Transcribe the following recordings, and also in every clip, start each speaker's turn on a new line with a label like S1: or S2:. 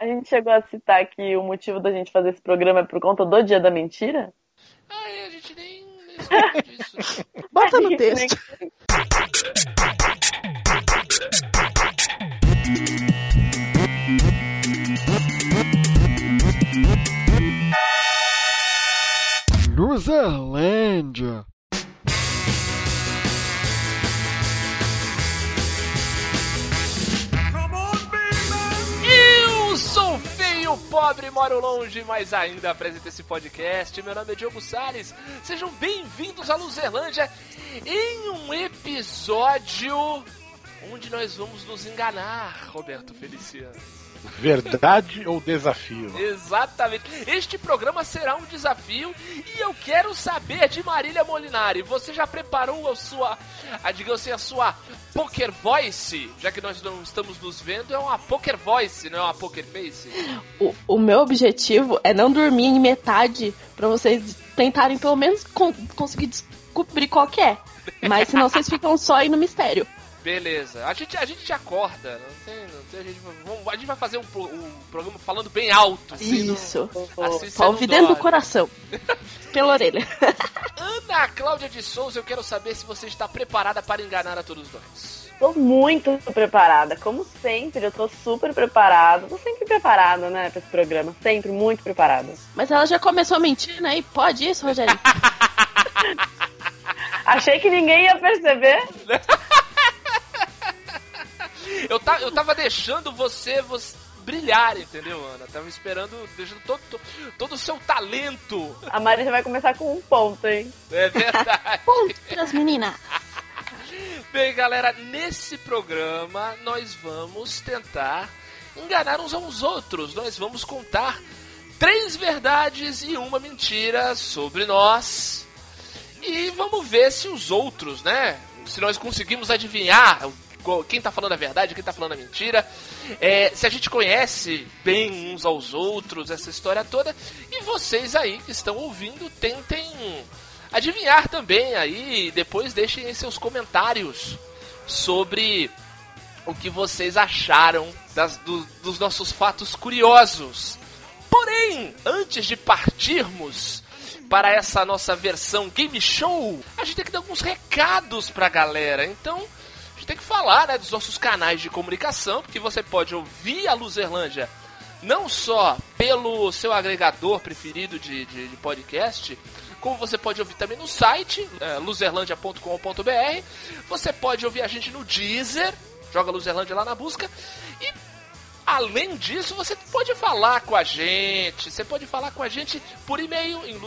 S1: A gente chegou a citar que o motivo da gente fazer esse programa é por conta do Dia da Mentira?
S2: Ah, é, a gente nem, nem sabe disso.
S3: Bota no texto.
S4: Luzerlândia.
S2: Eu sou feio, pobre, moro longe, mas ainda apresento esse podcast. Meu nome é Diogo Salles. Sejam bem-vindos à Luzerlândia em um episódio onde nós vamos nos enganar, Roberto Feliciano.
S5: Verdade ou desafio?
S2: Exatamente. Este programa será um desafio e eu quero saber de Marília Molinari. Você já preparou a sua, a, digamos assim, a sua poker voice? Já que nós não estamos nos vendo, é uma poker voice, não é uma poker face?
S3: O, o meu objetivo é não dormir em metade pra vocês tentarem pelo menos con- conseguir descobrir qual que é. Mas senão vocês ficam só aí no mistério.
S2: Beleza. A gente, a gente te acorda. Não tem, não tem, a, gente, vamos- a gente vai fazer um, pro- um programa falando bem alto. assim, não-
S3: Isso.
S2: assim você
S3: Só
S2: não
S3: ouvir dentro do
S2: dorme.
S3: coração. Pela orelha.
S2: Ana Cláudia de Souza, eu quero saber se você está preparada para enganar a todos nós.
S1: Tô muito preparada, como sempre, eu tô super preparada. Tô sempre preparada, né, pra esse programa. Sempre muito preparada.
S3: Mas ela já começou a mentir, né? E pode isso, Rogério?
S1: Achei que ninguém ia perceber.
S2: Eu, ta, eu tava deixando você, você brilhar, entendeu, Ana? Tava esperando, deixando todo, to- todo o seu talento.
S1: A Mari já vai começar com um ponto, hein?
S2: É verdade.
S3: Pontas, menina.
S2: Bem, galera, nesse programa nós vamos tentar enganar uns aos outros. Nós vamos contar três verdades e uma mentira sobre nós. E vamos ver se os outros, né? Se nós conseguimos adivinhar qual- quem tá falando a verdade, quem tá falando a mentira. É, se a gente conhece bem uns aos outros, essa história toda. E vocês aí que estão ouvindo, tentem adivinhar também aí. e Depois deixem aí seus comentários sobre o que vocês acharam das- do- dos nossos fatos curiosos. Porém, antes de partirmos para essa nossa versão game show, a gente tem que dar alguns recados pra galera. Então, a gente tem que falar né, dos nossos canais de comunicação, porque você pode ouvir a Luzerlândia não só pelo seu agregador preferido de, de- de podcast, como você pode ouvir também no site, é, luzerlandia.com.br. Você pode ouvir a gente no Deezer, joga Luzerlândia lá na busca. E Além disso, você pode falar com a gente. Você pode falar com a gente por e-mail em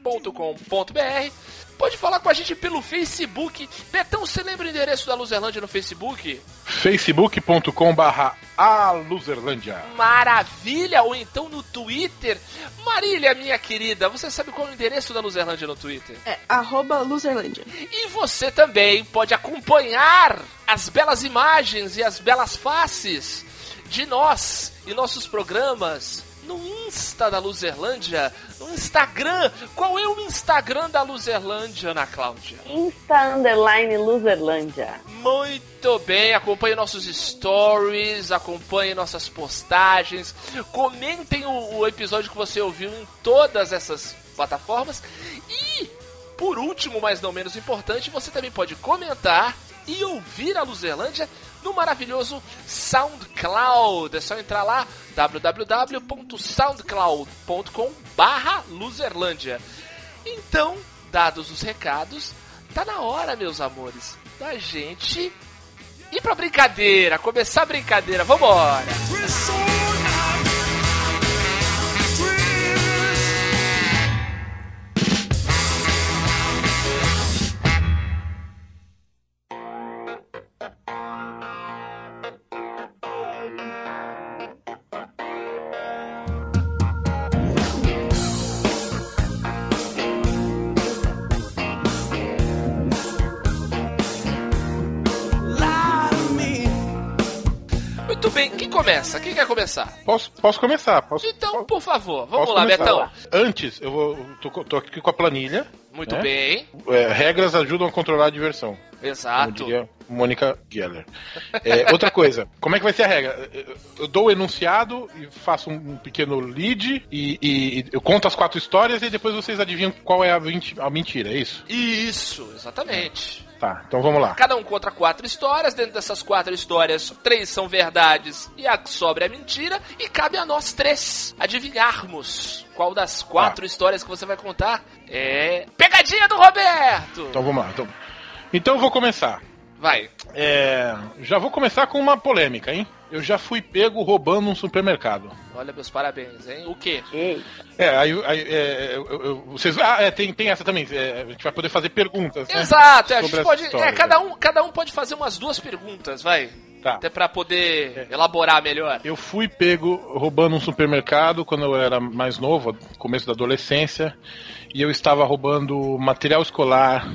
S2: luzerlandia.com.br. Pode falar com a gente pelo Facebook. Betão, você lembra o endereço da Luzerlândia no Facebook?
S5: facebook.com barra aluzerlândia
S2: Maravilha! Ou então no Twitter? Marília, minha querida, você sabe qual é o endereço da Luzerlândia no Twitter?
S3: É, arroba Luzerlândia.
S2: E você também pode acompanhar as belas imagens e as belas faces de nós e nossos programas no Insta da Luzerlândia, no Instagram. Qual é o Instagram da Luzerlândia, Ana Cláudia?
S1: Insta underline Loserlândia.
S2: Muito bem, acompanhe nossos stories, acompanhe nossas postagens, comentem o, o episódio que você ouviu em todas essas plataformas e, por último, mas não menos importante, você também pode comentar e ouvir a Luzerlândia no maravilhoso SoundCloud. É só entrar lá www.soundcloud.com/barra Luzerlândia. Então, dados os recados, tá na hora, meus amores, da gente ir pra brincadeira, começar a brincadeira, vambora! Muito bem, quem começa? Quem quer começar?
S5: Posso, posso começar? Posso,
S2: Então,
S5: posso-
S2: por favor, vamos
S5: posso
S2: lá,
S5: começar?
S2: Betão.
S5: Antes, eu vou, eu tô, co- tô aqui com a planilha.
S2: Muito
S5: É?
S2: bem,
S5: É, regras ajudam a controlar a diversão. Como
S2: exato.
S5: diria, como Mônica Geller. É, outra coisa, como é que vai ser a regra? Eu dou o enunciado e faço um, um pequeno lead e, e- e eu conto as quatro histórias e depois vocês adivinham qual é a, vinte- a mentira, é isso?
S2: Isso, exatamente.
S5: Tá, então vamos lá.
S2: Cada um conta quatro histórias. Dentro dessas quatro histórias, três são verdades e a que sobra é mentira. E cabe a nós três adivinharmos qual das
S5: Tá.
S2: quatro histórias que você vai contar é. Pegadinha do Roberto!
S5: Então vamos lá. Então, então eu vou começar.
S2: Vai.
S5: É, já vou começar com uma polêmica, hein? Eu já fui pego roubando um supermercado.
S2: Olha, meus parabéns, hein? O quê?
S1: Ei,
S5: É, aí, aí, é, eu- eu- eu- vocês. Ah, é, tem, tem essa também. é, a gente vai poder fazer perguntas, né?
S2: Exato, é, a
S5: Sobre
S2: gente
S5: essa
S2: pode.
S5: história, né?
S2: é, cada um, cada um pode fazer umas duas perguntas, vai.
S5: Tá. É.
S2: Até pra poder elaborar melhor.
S5: Eu fui pego roubando um supermercado quando eu era mais novo, começo da adolescência, e eu estava roubando material escolar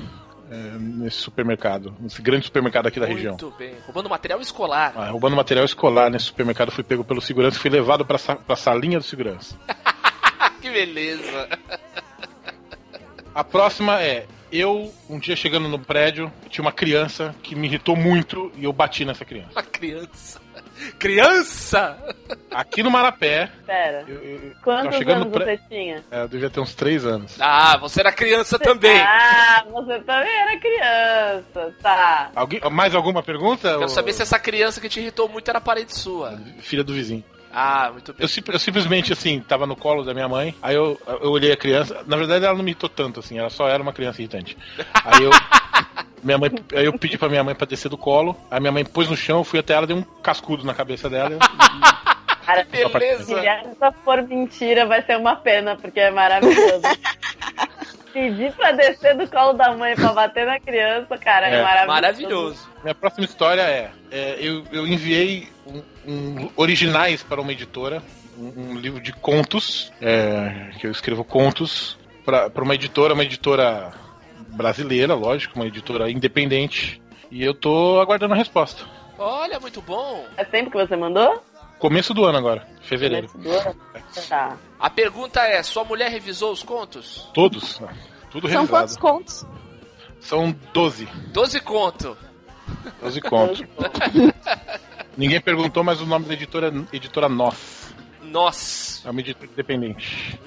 S5: é, nesse supermercado, nesse grande supermercado aqui da região.
S2: Muito bem. Roubando material escolar.
S5: Ah, roubando material escolar nesse supermercado, fui pego pelo segurança e fui levado para a salinha do segurança.
S2: que beleza.
S5: A próxima é. Eu, um dia chegando no prédio, tinha uma criança que me irritou muito e eu bati nessa criança.
S2: Uma criança. Criança!
S5: Aqui no Marapé,
S1: pera.
S5: eu, eu- eu tava
S1: Quantos
S5: chegando
S1: anos
S5: no prédio.
S1: você tinha?
S5: É, eu devia ter uns três anos.
S2: Ah, você era criança também.
S1: Ah, você também era criança, tá.
S5: Alguém, mais alguma pergunta?
S2: Quero
S5: ô-
S2: saber se é essa criança que te irritou muito era parente sua.
S5: Filha do vizinho.
S2: Ah, muito bem.
S5: Eu, sim- eu simplesmente, assim, tava no colo da minha mãe, aí eu, eu olhei a criança. Na verdade, ela não me irritou tanto, assim, ela só era uma criança irritante. Aí eu. Minha mãe, aí eu pedi pra minha mãe pra descer do colo, aí minha mãe pôs no chão, eu fui até ela, dei um cascudo na cabeça dela.
S1: Cara,
S2: Beleza.
S1: se essa for mentira, vai ser uma pena, porque é maravilhoso. Pedir pra descer do colo da mãe pra bater na criança, cara, é,
S5: É,
S1: maravilhoso.
S2: Maravilhoso.
S5: Minha próxima história é: é, eu, eu enviei um- um originais para uma editora, um, um livro de contos, é, que eu escrevo contos, para uma editora, uma editora brasileira, lógico, uma editora independente. E eu tô aguardando a resposta.
S2: Olha, muito bom.
S1: É sempre que você mandou?
S5: Começo do ano agora, fevereiro.
S1: Nesse duas? Tá.
S2: A pergunta é: sua mulher revisou os contos?
S5: Todos. Tudo
S3: São
S5: revisado.
S3: quantos contos?
S5: São 12.
S2: 12 conto.
S5: 12 contos.
S1: Tá.
S5: Ninguém perguntou, mas o nome da editora é editora Nós.
S2: Nossa,
S5: É uma editora independente.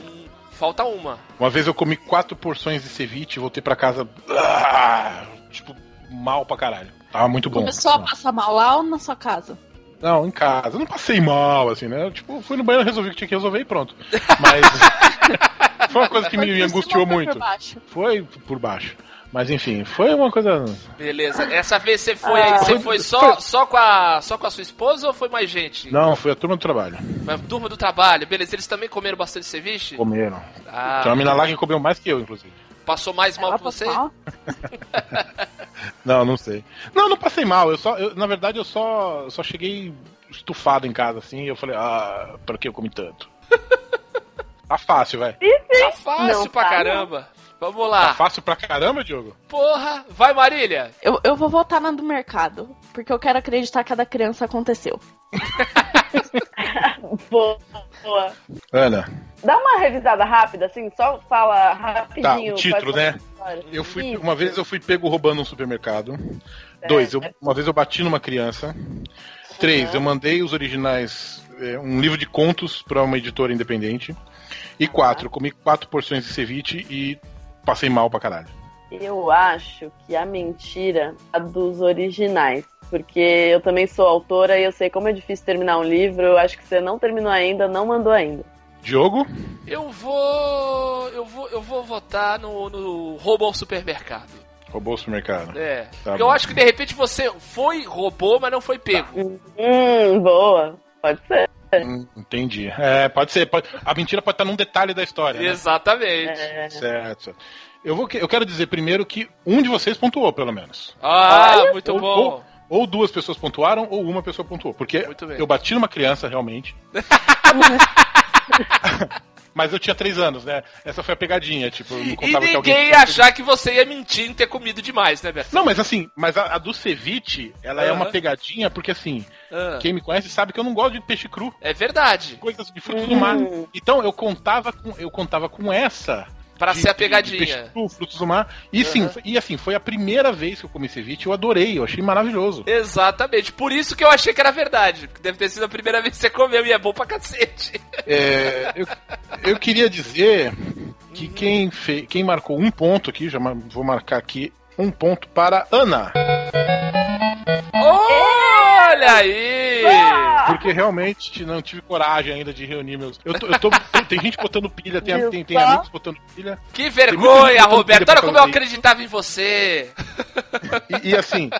S2: falta uma.
S5: Uma vez eu comi quatro porções de ceviche e voltei pra casa. ah, tipo, mal pra caralho. Tava muito bom.
S3: Começou a passar mal lá ou na sua casa?
S5: Não, em casa. Eu não passei mal, assim, né? Eu, tipo, fui no banheiro, resolvi o que tinha que resolver e pronto. Mas. foi uma coisa É que
S3: Foi
S5: me
S3: por cima
S5: angustiou
S3: ou foi
S5: muito.
S3: Por baixo?
S5: Foi por baixo. Mas enfim, foi uma coisa.
S2: Beleza. Essa vez você foi aí,
S1: Ah.
S2: você foi só, só, com a, só com a sua esposa ou foi mais gente?
S5: Não, foi a turma do trabalho.
S2: Foi a turma do trabalho. Beleza, eles também comeram bastante ceviche?
S5: Comeram.
S2: Ah,
S5: Tinha uma mina lá que comeu mais que eu, inclusive.
S2: passou mais mal
S3: Ela
S2: que você?
S3: passou mal?
S5: Não, não sei. Não, não passei mal. Eu só, eu- na verdade, eu só, só cheguei estufado em casa, assim. E eu falei, ah, pra que eu comi tanto? tá fácil, vai.
S2: Tá fácil
S1: Não,
S2: pra
S1: tá,
S2: caramba. Vamos
S5: Tá
S2: lá.
S5: fácil pra caramba, Diogo?
S2: Porra, vai Marília.
S3: Eu, eu vou voltar na do mercado, porque eu quero acreditar que a da criança aconteceu.
S1: Boa. boa.
S5: Ana,
S1: Dá uma revisada rápida, assim, só fala
S5: tá,
S1: rapidinho.
S5: o
S1: quais
S5: título,
S1: são as
S5: né?
S1: histórias.
S5: Eu fui,
S1: Isso,
S5: uma vez eu fui pego roubando um supermercado.
S1: certo.
S5: Dois, eu- uma vez eu bati numa criança. Três, eu mandei os originais, é, um livro de contos pra uma editora independente. E quatro, eu comi quatro porções de ceviche e passei mal pra caralho.
S1: Eu acho que a mentira é a dos originais. Porque eu também sou autora e eu sei como é difícil terminar um livro. Eu acho que você não terminou ainda, não mandou ainda.
S5: Diogo?
S2: Eu vou. Eu vou. Eu vou votar no, no roubo ao supermercado.
S5: Roubou o supermercado.
S2: É.
S5: Tá
S2: Porque eu
S5: bom.
S2: acho que de repente você foi, roubou, mas não foi pego.
S1: Hum, boa. Pode ser.
S5: Hum, Entendi. É, pode ser. pode- A mentira pode estar num detalhe da história. né?
S2: Exatamente.
S1: É.
S5: Certo. certo. Eu, vou, que- eu quero dizer primeiro que um de vocês pontuou, pelo menos.
S2: Ah,
S1: Olha,
S2: muito
S5: ou-
S2: bom.
S5: Ou duas pessoas pontuaram, ou uma pessoa pontuou. Porque
S2: Muito bem.
S5: eu bati numa criança, realmente. Mas eu tinha três anos, né? Essa foi a pegadinha, tipo, eu não
S2: E
S5: contava que
S2: ninguém
S5: alguém.
S2: ia achar que você ia mentir em ter comido demais, né, Beto?
S5: Não, mas assim, mas a, a do ceviche, ela é
S2: Aham.
S5: uma pegadinha, porque assim,
S2: Ah,
S5: quem me conhece sabe que eu não gosto de peixe cru.
S2: É verdade.
S5: coisas de frutos do mar.
S1: Hum.
S5: Então eu contava com eu contava com essa
S2: Pra ser a
S5: de
S2: pegadinha.
S5: peixe-cru, frutos do mar. E sim,
S2: Aham.
S5: e assim, foi a primeira vez que eu comi ceviche, eu adorei, eu achei maravilhoso.
S2: Exatamente, por isso que eu achei que era verdade. Porque deve ter sido a primeira vez que você comeu e é bom pra cacete.
S5: É, eu, eu queria dizer que
S2: Uhum.
S5: quem, fe, quem marcou um ponto aqui, já ma- vou marcar aqui um ponto para Ana,
S2: Olha aí!
S5: porque realmente não tive coragem ainda de reunir meus. Eu tô, eu tô- tem, tem gente botando pilha, tem, tem, tem amigos botando pilha.
S2: Que
S5: Tem muita
S2: vergonha,
S5: gente
S2: Roberto!
S5: pra
S2: Olha como eu
S5: fazer.
S2: acreditava em você!
S5: E, e assim,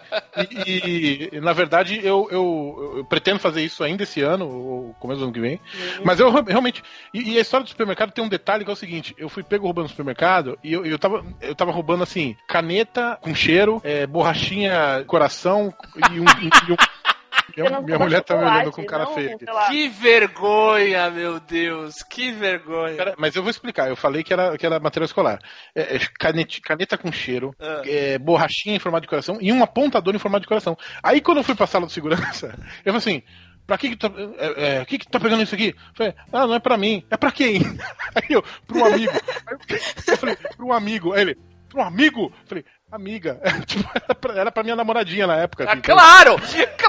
S5: e, e, na verdade eu, eu, eu pretendo fazer isso ainda esse ano, ou começo do ano que vem.
S1: Uhum.
S5: Mas eu re- realmente. E, e a história do supermercado tem um detalhe que é o seguinte: eu fui pego roubando no supermercado e eu, eu, tava, eu tava roubando assim, caneta com cheiro, é, borrachinha, coração e um. e um-
S1: Você
S5: minha
S1: não
S5: minha
S1: compra
S5: mulher tá me olhando
S1: chocolate,
S5: com cara
S1: não, Então
S5: feia. aqui.
S1: sei lá.
S2: Que vergonha, meu Deus! Que vergonha!
S5: Cara, Mas eu vou explicar, eu falei que era, que era material escolar. É, é, canete- caneta com cheiro,
S2: Ah.
S5: é, borrachinha em formato de coração e um apontador em formato de coração. Aí quando eu fui pra sala de segurança, eu falei assim. Pra que que tá, é, é, que que tá pegando isso aqui? Eu falei, ah, não é pra mim. É pra quem? Aí eu, pra um amigo. Aí eu, eu falei, pra um amigo. Aí ele, pra um amigo? Eu falei, amiga. Tipo, era, pra, era pra minha namoradinha na época.
S2: Ah,
S5: assim, então-
S2: claro!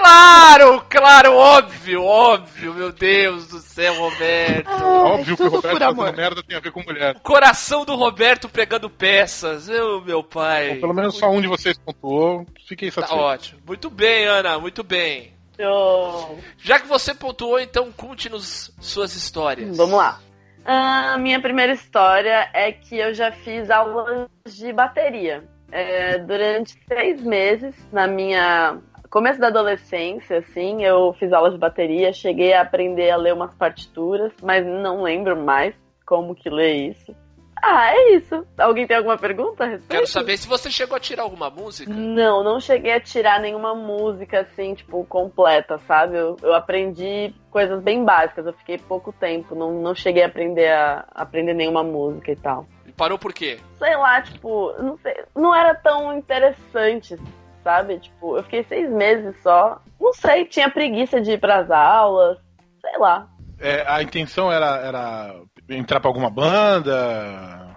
S2: Claro, claro, óbvio, óbvio, meu Deus do céu, Roberto!
S5: então, Óbvio que o
S3: tudo
S5: Roberto
S3: por amor.
S5: fazendo merda tem a ver com mulher.
S2: O coração do Roberto pregando peças, eu, meu pai.
S5: Bom, pelo menos assim. só um de vocês pontuou. Fiquei
S2: Tá
S5: satisfeito.
S2: ótimo. Muito bem, Ana, muito bem.
S1: Show.
S2: Já que você pontuou, então conte-nos suas histórias.
S1: Vamos lá. A minha primeira história é que eu já fiz aulas de bateria. É, durante seis meses, na minha começo da adolescência, assim, eu fiz aulas de bateria, cheguei a aprender a ler umas partituras, mas não lembro mais como que lê isso. Ah, é isso. Alguém tem alguma pergunta a respeito?
S2: Quero saber se você chegou a tirar alguma música.
S1: Não, não cheguei a tirar nenhuma música assim, tipo, completa, sabe? Eu, eu aprendi coisas bem básicas, eu fiquei pouco tempo, não, não cheguei a aprender a a aprender nenhuma música e tal.
S2: E Parou por quê?
S1: Sei lá, tipo, não sei, não era tão interessante, sabe? Tipo, eu fiquei seis meses só. Não sei, tinha preguiça de ir pras aulas, sei lá.
S5: É, a intenção era, era entrar pra alguma banda?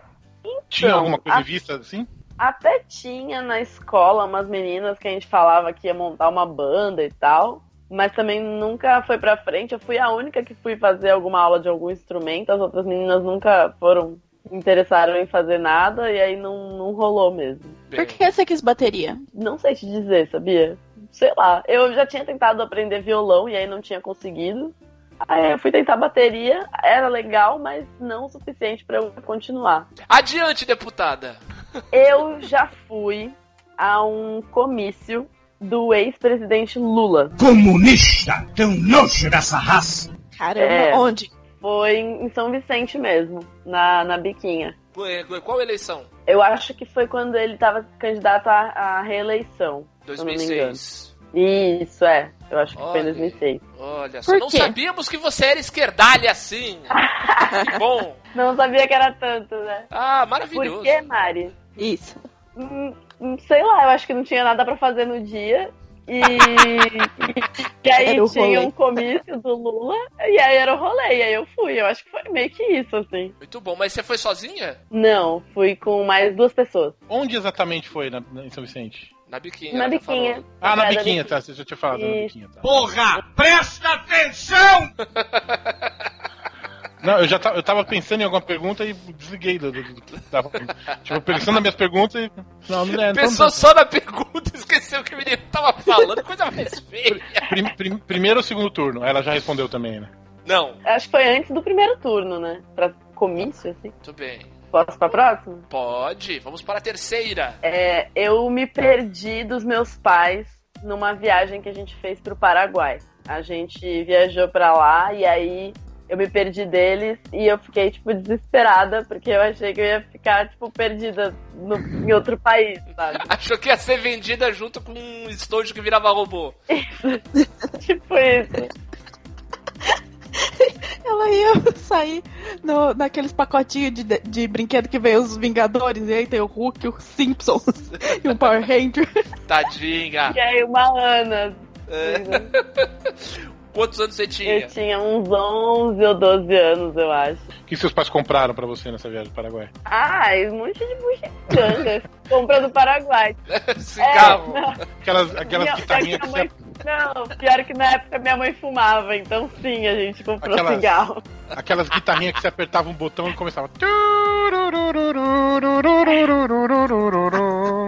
S5: Tinha alguma coisa
S1: a-
S5: em vista assim?
S1: Até tinha na escola umas meninas que a gente falava que ia montar uma banda e tal, mas também nunca foi pra frente. Eu fui a única que fui fazer alguma aula de algum instrumento, as outras meninas nunca foram interessaram em fazer nada e aí não, não rolou mesmo.
S2: Bem,
S3: Por que você quis bateria?
S1: Não sei te dizer, sabia? Sei lá. Eu já tinha tentado aprender violão e aí não tinha conseguido. Aí eu fui tentar bateria, era legal, mas não o suficiente pra eu continuar.
S2: Adiante, deputada.
S1: Eu já fui a um comício do ex-presidente Lula.
S4: Comunista! Tão nojo dessa raça!
S3: Caramba,
S1: É.
S3: onde?
S1: Foi em em São Vicente mesmo, na, na biquinha.
S2: Ué, ué, Qual eleição?
S1: Eu acho que foi quando ele estava candidato à, à reeleição. eu não me engano.
S2: 2006.
S1: Isso, é. Eu acho que foi
S2: Olha.
S1: em 2006.
S2: Olha só,
S3: Por
S2: não
S3: quê?
S2: sabíamos que você era esquerdalha assim. que bom.
S1: Não sabia que era tanto, né?
S2: Ah,
S1: Por
S2: maravilhoso.
S1: que, Mari?
S3: Isso.
S1: Hum, hum, sei lá, eu acho que não tinha nada pra fazer no dia. E, e aí
S3: Era o
S1: tinha
S3: rolê.
S1: um comício do Lula, e aí era o rolê, e aí eu fui. Eu acho que foi meio que isso, assim.
S2: Muito bom, mas você foi sozinha?
S1: Não, fui com mais duas pessoas.
S5: Onde exatamente foi na, na- em São Vicente?
S2: Na biquinha.
S1: na
S2: ela tá
S1: biquinha.
S2: falando.
S5: Ah, na
S1: Praia da
S5: biquinha, tá? Você já tinha falado na
S1: Isso.
S5: biquinha, tá?
S4: Porra, presta atenção!
S5: Não, eu já tava, eu tava pensando em alguma pergunta e desliguei do, do, do que tava. Tipo, pensando nas minhas perguntas e. Não, não é. então
S2: Pensou
S5: não.
S2: só na pergunta, esqueceu o que o menino tava falando, coisa mais feia.
S5: Prim- prim- primeiro ou segundo turno? Ela já respondeu também, né?
S2: Não,
S1: Acho que foi antes do primeiro turno, né? Pra comício, assim.
S2: tudo bem.
S1: Posso pra próxima?
S2: Pode, vamos para a terceira.
S1: É, eu me perdi dos meus pais numa viagem que a gente fez pro Paraguai. A gente viajou pra lá e aí eu me perdi deles e eu fiquei, tipo, desesperada porque eu achei que eu ia ficar, tipo, perdida no- em outro país, sabe?
S2: Achou que ia ser vendida junto com um estojo que virava robô.
S1: tipo isso.
S3: Ela ia sair no, naqueles pacotinhos de, de brinquedo que vem os Vingadores, e aí tem o Hulk, o Simpsons e um o Power Ranger.
S2: Tadinha.
S1: E aí uma Ana.
S2: É. Quantos anos você tinha?
S1: Eu tinha uns 11 ou 12 anos, eu acho.
S5: O que seus pais compraram pra você nessa viagem do Paraguai?
S1: Ai, um monte de buchiganga. Compra do Paraguai.
S2: Cigarro.
S1: não,
S5: Aquelas, aquelas
S1: Minha-
S5: guitarrinhas que
S1: minha
S5: você,
S1: mãe- não, pior que na época minha mãe fumava, então sim, a gente comprou
S5: Aquelas-
S1: cigarro.
S5: aquelas guitarrinhas que você apertava um botão e começava.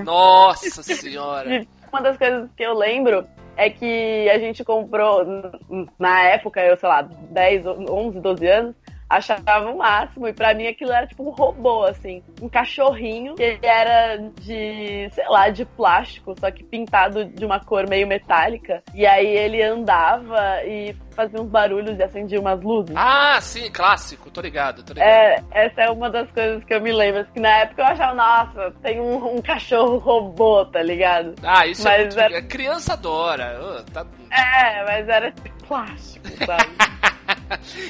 S2: Nossa senhora.
S1: Uma das coisas que eu lembro é que a gente comprou, n- n- na época, eu sei lá, 10, 11, 12 anos, achava o máximo. E pra mim aquilo era tipo um robô, assim. Um cachorrinho que ele era de, sei lá, de plástico, só que pintado de uma cor meio metálica. E aí ele andava e fazia uns barulhos e acendia umas luzes.
S2: Ah, sim, clássico. Tô ligado, tô ligado.
S1: É, essa é uma das coisas que eu me lembro. assim, Que na época eu achava, nossa, tem um, um cachorro robô, tá ligado?
S2: Ah, isso é,
S1: Mas
S2: muito...
S1: é-
S2: Criança adora. Ah, tá...
S1: É, mas era tipo, de plástico, sabe?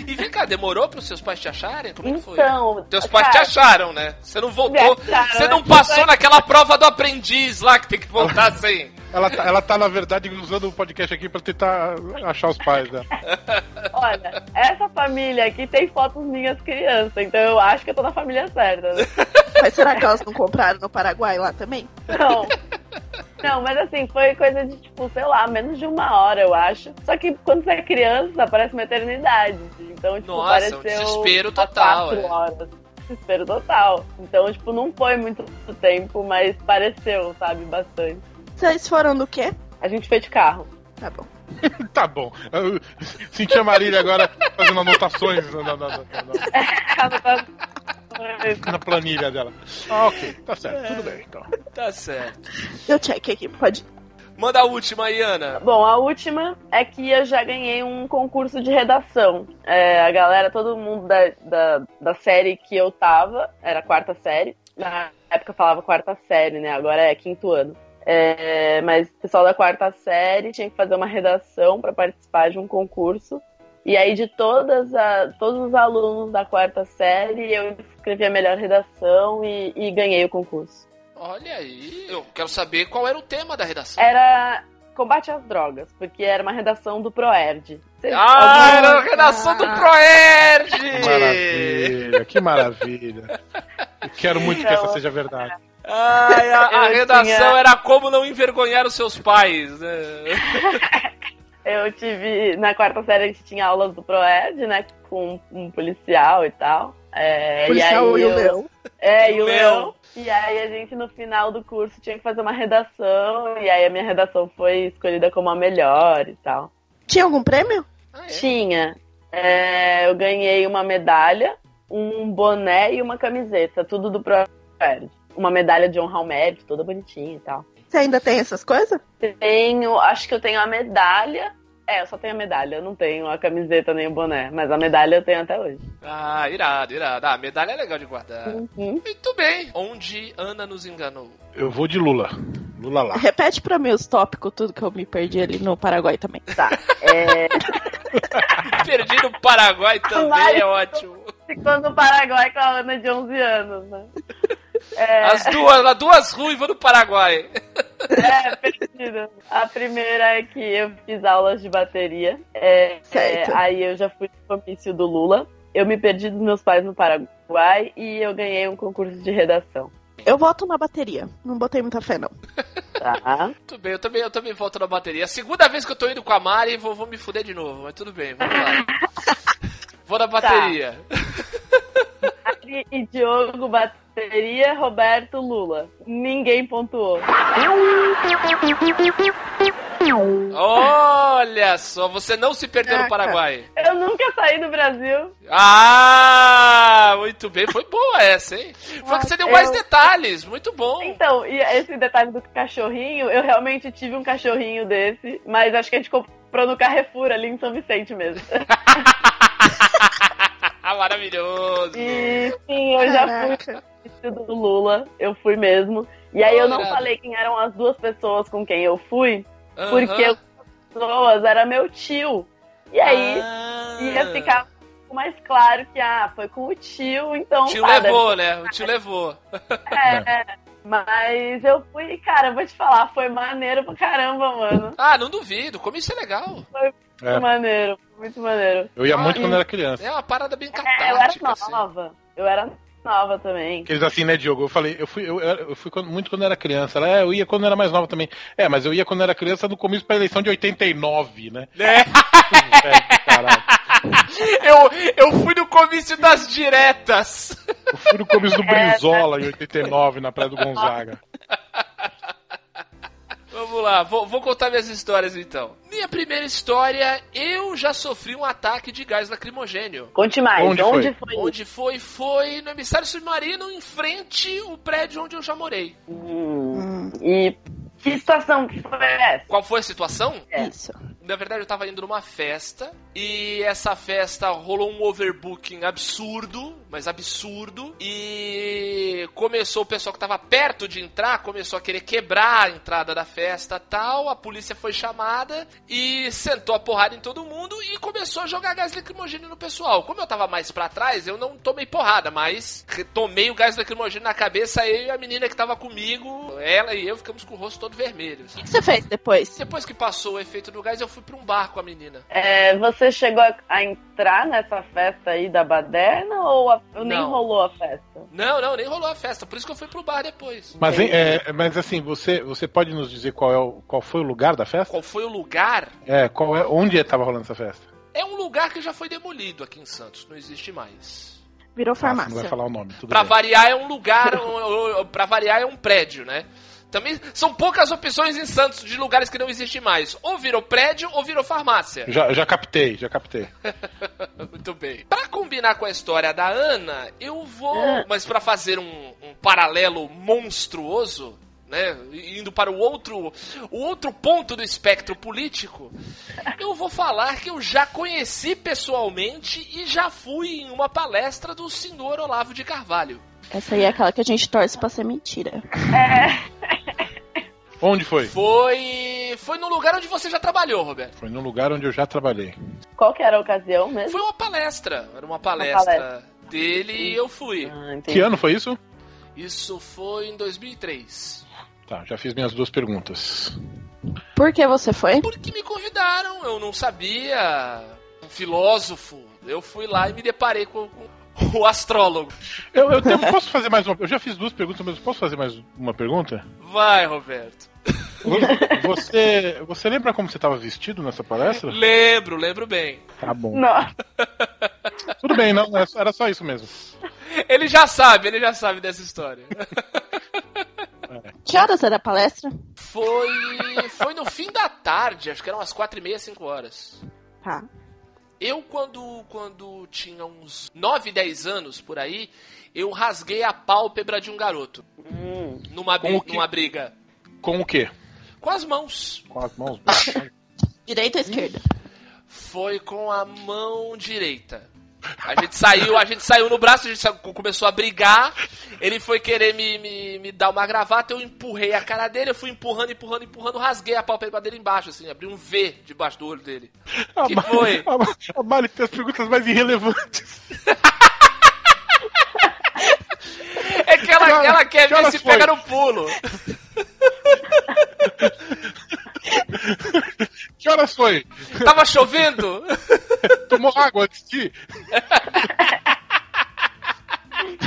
S2: E vem cá, demorou pros seus pais te acharem? Como é que foi?
S1: então.
S2: Teus pais te
S1: cara,
S2: acharam, né? Você não voltou.
S1: Me acharam,
S2: Você não
S1: né?
S2: passou naquela prova do aprendiz lá que tem que voltar sem.
S5: Ela, tá- ela tá, na verdade, usando o podcast aqui pra tentar achar os pais dela.
S1: Olha, é essa família aqui tem fotos minhas crianças, então eu acho que eu tô na família certa. Né?
S3: Mas será que elas não compraram no Paraguai lá também?
S1: Não. Não, mas assim, foi coisa de, tipo, sei lá, menos de uma hora, eu acho. Só que quando você é criança, parece uma eternidade. Então, tipo,
S2: Nossa,
S1: pareceu
S2: um desespero
S1: há
S2: total,
S1: Quatro
S2: é.
S1: horas. Desespero total. Então, tipo, não foi muito tempo, mas pareceu, sabe, bastante.
S3: Vocês foram do quê?
S1: A gente foi de carro.
S3: Tá bom.
S5: Tá bom. Eu senti a Marília agora fazendo anotações na, na- na- na- na planilha dela. Ah, ok. Tá certo. Tudo bem, então.
S2: Tá certo.
S3: Deu check aqui, pode.
S2: Manda a última aí, Ana.
S1: Bom, a última é que eu já ganhei um concurso de redação. É, a galera, todo mundo da, da, da série que eu tava, era a quarta série. Na época eu falava quarta série, né? Agora é quinto ano. É, mas o pessoal da quarta série tinha que fazer uma redação para participar de um concurso. E aí, de todas a, todos os alunos da quarta série, eu escrevi a melhor redação e- e ganhei o concurso.
S2: Olha aí. Eu quero saber qual era o tema da
S1: É,
S2: redação.
S1: Era combate às drogas, porque era uma redação do Proerd. Cê-
S2: Ah,
S1: algum-
S2: era a redação do É.
S5: Que
S2: Proerd!
S5: maravilha. Que maravilha. Eu quero muito que essa
S1: Então,
S5: seja verdade.
S2: Ai, a, a
S1: Eu
S2: redação
S1: tinha-
S2: era como não envergonhar os seus pais. Né?
S1: Eu tive. Na quarta série a gente tinha aulas do Proerd, né? Com um policial e tal. É, e
S3: Policial
S1: aí
S3: e o
S1: eu-
S3: leão.
S1: É, e o
S2: O
S1: leão.
S2: leão.
S1: E aí a gente no final do curso tinha que fazer uma redação. E aí a minha redação foi escolhida como a melhor e tal.
S3: Tinha algum prêmio?
S2: Ah, é.
S1: Tinha. É, eu ganhei uma medalha, um boné e uma camiseta, tudo do Proerd. Uma medalha de honra ao mérito, toda bonitinha e tal.
S3: Você ainda tem essas coisas?
S1: Tenho, acho que eu tenho a medalha. É, eu só tenho a medalha, eu não tenho a camiseta nem o boné, mas a medalha eu tenho até hoje.
S2: Ah, irado, irado. Ah, medalha é legal de guardar.
S1: Uhum.
S2: Muito bem. Onde Ana nos enganou?
S5: Eu vou de Lula. Lula lá.
S3: Repete pra mim os tópicos, tudo que eu me perdi ali no Paraguai também.
S1: Tá. É,
S2: Perdi no Paraguai também, é ótimo.
S1: ficou no Paraguai com a Ana de 11 anos, né? É,
S2: As duas, as duas ruivas no Paraguai.
S1: é, perdida. A primeira é que eu fiz aulas de bateria. É,
S3: Certo.
S1: é, aí eu já fui no comício do Lula. Eu me perdi dos meus pais no Paraguai e eu ganhei um concurso de redação.
S3: Eu voto na bateria. Não botei muita fé, não.
S1: Tá?
S2: Tudo bem, eu também, eu também volto na bateria. É A segunda vez que eu tô indo com a Mari, vou, vou me fuder de novo, mas tudo bem, vamos lá. Vou na
S1: Tá.
S2: bateria.
S1: Ari e Diogo bateria, Roberto Lula. Ninguém pontuou.
S2: Olha só, você não se perdeu
S1: Ah, tá.
S2: no
S3: Caraca.
S2: Paraguai.
S1: Eu nunca saí do Brasil.
S2: Ah, muito bem, foi boa essa, hein? Foi que você deu mais
S1: Eu-
S2: detalhes, muito bom.
S1: Então, e esse detalhe do cachorrinho, eu realmente tive um cachorrinho desse, mas acho que a gente comprou no Carrefour ali em São Vicente mesmo.
S2: Ah, Maravilhoso.
S1: E sim, eu já fui vestido do Lula, eu fui mesmo. E aí eu não
S2: Olha.
S1: falei quem eram as duas pessoas com quem eu fui, porque
S2: Aham.
S1: as pessoas era meu tio. E aí
S2: Ah.
S1: ia ficar mais claro que, ah, foi com o tio, então.
S2: O tio
S1: tá, deve
S2: levou, né? O tio levou.
S1: É, mas eu fui, cara, vou te falar, foi maneiro pra caramba, mano.
S2: Ah, não duvido, como isso é legal.
S5: É.
S1: maneiro, muito maneiro.
S5: Eu ia muito
S1: Ah,
S5: quando
S1: e-
S5: era criança.
S2: É uma parada bem catártica.
S1: É, eu era
S2: assim.
S1: nova. Eu era nova também.
S5: Aqueles assim, né, Diogo? Eu falei, eu fui, eu, era- eu fui quando- muito quando era criança. Ela, é, eu ia quando era mais nova também. É, mas eu ia quando era criança no começo pra eleição de 89, né?
S2: É.
S5: É, caralho.
S2: Eu, eu fui no comício das diretas.
S5: Eu fui no começo do Brizola em 89, na Praia do Gonzaga.
S2: Vamos lá, vou, vou contar minhas histórias então. Minha primeira história, eu já sofri um ataque de gás lacrimogênio.
S1: Conte mais,
S5: Onde
S1: onde,
S5: foi?
S1: foi?
S2: Onde foi? Foi no emissário submarino, em frente ao prédio onde eu já morei.
S1: Hum,
S3: Hum,
S1: E que situação que foi essa?
S2: Qual foi a situação?
S1: É.
S3: Isso.
S2: Na verdade, eu tava indo numa festa e essa festa rolou um overbooking absurdo, mas absurdo. E começou o pessoal que tava perto de entrar, começou a querer quebrar a entrada da festa tal. A polícia foi chamada e sentou a porrada em todo mundo e começou a jogar gás lacrimogêneo no pessoal. Como eu tava mais pra trás, eu não tomei porrada, mas tomei o gás lacrimogêneo na cabeça. Eu e a menina que tava comigo, ela e eu ficamos com o rosto todo vermelho.
S3: O que você fez depois?
S2: Depois que passou o efeito do gás, eu fui pra um bar com a menina.
S1: É, você chegou a, a entrar nessa festa aí da baderna ou a- ou nem
S2: Não.
S1: rolou a festa?
S2: Não, não, nem rolou a festa, por isso que eu fui pro bar depois.
S5: Mas, hein, é, mas assim, você, você pode nos dizer qual, é o, qual foi o lugar da festa?
S2: Qual foi o lugar?
S5: É, qual é, onde estava rolando essa festa? Ah,
S2: É um lugar que já foi demolido aqui em Santos, não existe mais.
S3: Virou
S5: Ah, você não vai
S3: farmácia.
S5: falar o nome, tudo
S2: Pra
S5: bem.
S2: variar é um lugar, um, um- pra variar é um prédio, né? Também são poucas opções em Santos de lugares que não existem mais. Ou virou prédio ou virou farmácia.
S5: Já, já captei, já captei.
S2: Muito bem. Pra combinar com a história da Ana, eu vou.
S1: Ah.
S2: Mas pra fazer um, um paralelo monstruoso, né? Indo para o outro, o outro ponto do espectro político, eu vou falar que eu já conheci pessoalmente e já fui em uma palestra do senhor Olavo de Carvalho.
S3: Essa aí é aquela que a gente torce pra ser mentira.
S5: Onde foi?
S2: Foi. Foi no lugar onde você já trabalhou, Roberto.
S5: Foi num lugar onde eu já trabalhei.
S1: Qual que era a ocasião mesmo?
S2: Foi uma palestra. Era uma palestra, dele e eu fui.
S1: Ah, entendi.
S5: Que ano foi isso?
S2: Isso foi em 2003.
S5: Tá, já fiz minhas duas perguntas.
S3: Por que você foi?
S2: Porque me convidaram, eu não sabia. Um filósofo. Eu fui lá e me deparei com, com o astrólogo.
S5: Eu, eu tenho- posso fazer mais uma? Eu já fiz duas perguntas, mas posso fazer mais uma pergunta?
S2: Vai, Roberto.
S5: Vo- Você, você lembra como você estava vestido nessa palestra?
S2: Lembro, lembro bem.
S5: Tá bom.
S1: Nossa,
S5: Tudo bem, não, era só- era só isso mesmo.
S2: Ele já sabe, ele já sabe dessa história.
S3: Que horas era a palestra?
S2: Foi. Foi no fim da tarde, acho que eram umas quatro e meia, cinco horas.
S3: Tá.
S2: Eu, quando, quando tinha uns 9, 10 anos por aí, eu rasguei a pálpebra de um garoto
S1: Hum,
S2: numa, bri-
S5: Como que-
S2: numa briga.
S5: Com o quê?
S2: Com as mãos.
S5: Com as mãos?
S3: Direita ou esquerda?
S2: Foi com a mão direita. A gente saiu, a gente saiu no braço, a gente sa- começou a brigar. Ele foi querer me, me, me dar uma gravata, eu empurrei a cara dele, eu fui empurrando, empurrando, empurrando, rasguei a pálpebra dele embaixo, assim, abri um V debaixo do olho dele.
S5: A
S2: Que
S5: Mari-
S2: foi?
S5: A, Ma- a Mari tem as perguntas mais irrelevantes.
S2: É que ela, ela quer
S5: que
S2: ver
S5: horas
S2: se
S5: foi?
S2: pega no pulo.
S5: Que horas foi?
S2: Tava chovendo?
S5: Tomou água antes de ir?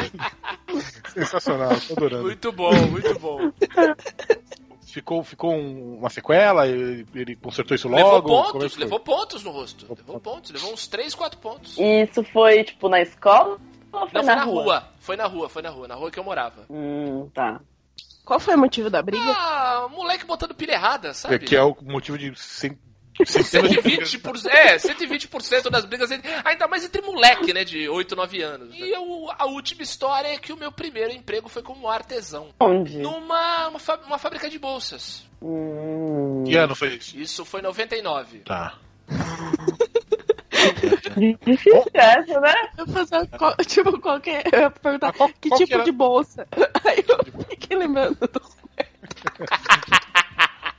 S5: Sensacional, tô adorando.
S2: Muito bom, muito bom.
S5: Ficou, ficou um- uma sequela? Ele, ele consertou isso logo?
S2: levou
S5: Como é que
S2: pontos,
S5: foi?
S2: levou pontos no rosto. Levou pontos, levou uns 3, 4 pontos.
S1: e isso foi, tipo, na escola ou Um foi
S2: Não,
S1: na, rua?
S2: Foi na rua, foi na rua, na rua que eu morava.
S1: Hum, tá.
S3: Qual foi o motivo da briga?
S2: Ah, moleque botando pilha errada, sabe?
S5: É, que é o motivo de cem- centenas de
S2: 120%, é, 120% das brigas, entre- ainda mais entre moleque, né, de 8, 9 anos. E eu- a última história é que o meu primeiro emprego foi como artesão,
S1: Onde?
S2: numa uma, fa- uma fábrica de bolsas.
S1: Hum.
S5: Que ano foi isso?
S2: Isso foi em 99.
S5: Tá.
S1: Difícil essa, né?
S3: Ah, Eu ia fazer qual- tipo qualquer. Eu ia perguntar
S5: Mas Ah, qual-
S3: que
S5: qual
S3: tipo
S5: que era?
S3: de bolsa. Aí eu fiquei lembrando.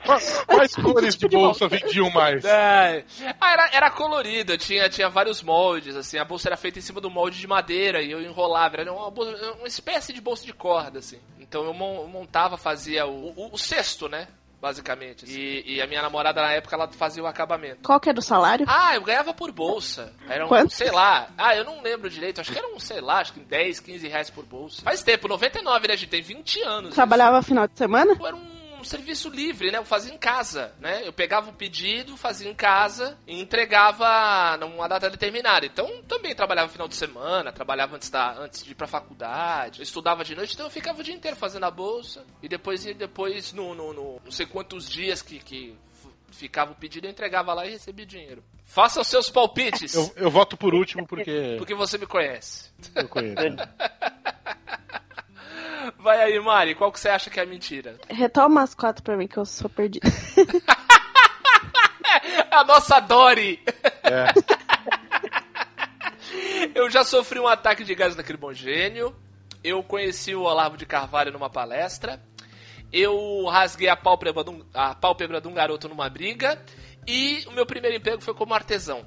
S5: Quais, quais cores de
S3: tipo de
S5: bolsa vendiam um mais?
S2: Ai. Ah, era, era colorida, tinha, tinha vários moldes, assim, a bolsa era feita em cima do molde de madeira e eu enrolava, era uma, bolsa- uma espécie de bolsa de corda, assim. Então eu mon- montava, fazia o, o, o cesto, né? basicamente. E, e a minha namorada na época ela fazia o acabamento.
S3: Qual que era o salário?
S2: Ah, eu ganhava por bolsa. Era um,
S3: Quanto?
S2: sei lá. Ah, eu não lembro direito. Acho que era um, sei lá, acho que 10, 15 reais por bolsa. Faz tempo, 99, né? A gente tem 20 anos.
S3: Trabalhava final de semana?
S2: Isso. Era um serviço livre, né? Eu fazia em casa, né? Eu pegava o pedido, fazia em casa e entregava numa data determinada. Então, também trabalhava final de semana, trabalhava antes, da, antes de ir pra faculdade, eu estudava de noite, então eu ficava o dia inteiro fazendo a bolsa e depois, e depois no, no, no- não sei quantos dias que, que f- ficava o pedido, eu entregava lá e recebia o dinheiro. Faça os seus palpites,
S5: Eu, eu voto por último porque
S2: porque você me conhece.
S5: eu conheço.
S2: Vai aí, Mari, qual que você acha que é a mentira?
S3: Retoma as quatro pra mim que eu sou perdida.
S2: É A nossa Dory!
S5: É.
S2: Eu já sofri um ataque de gás lacrimogênio. Eu conheci o Olavo de Carvalho numa palestra. Eu rasguei a pálpebra, de um, a pálpebra de um garoto numa briga. E o meu primeiro emprego foi como artesão.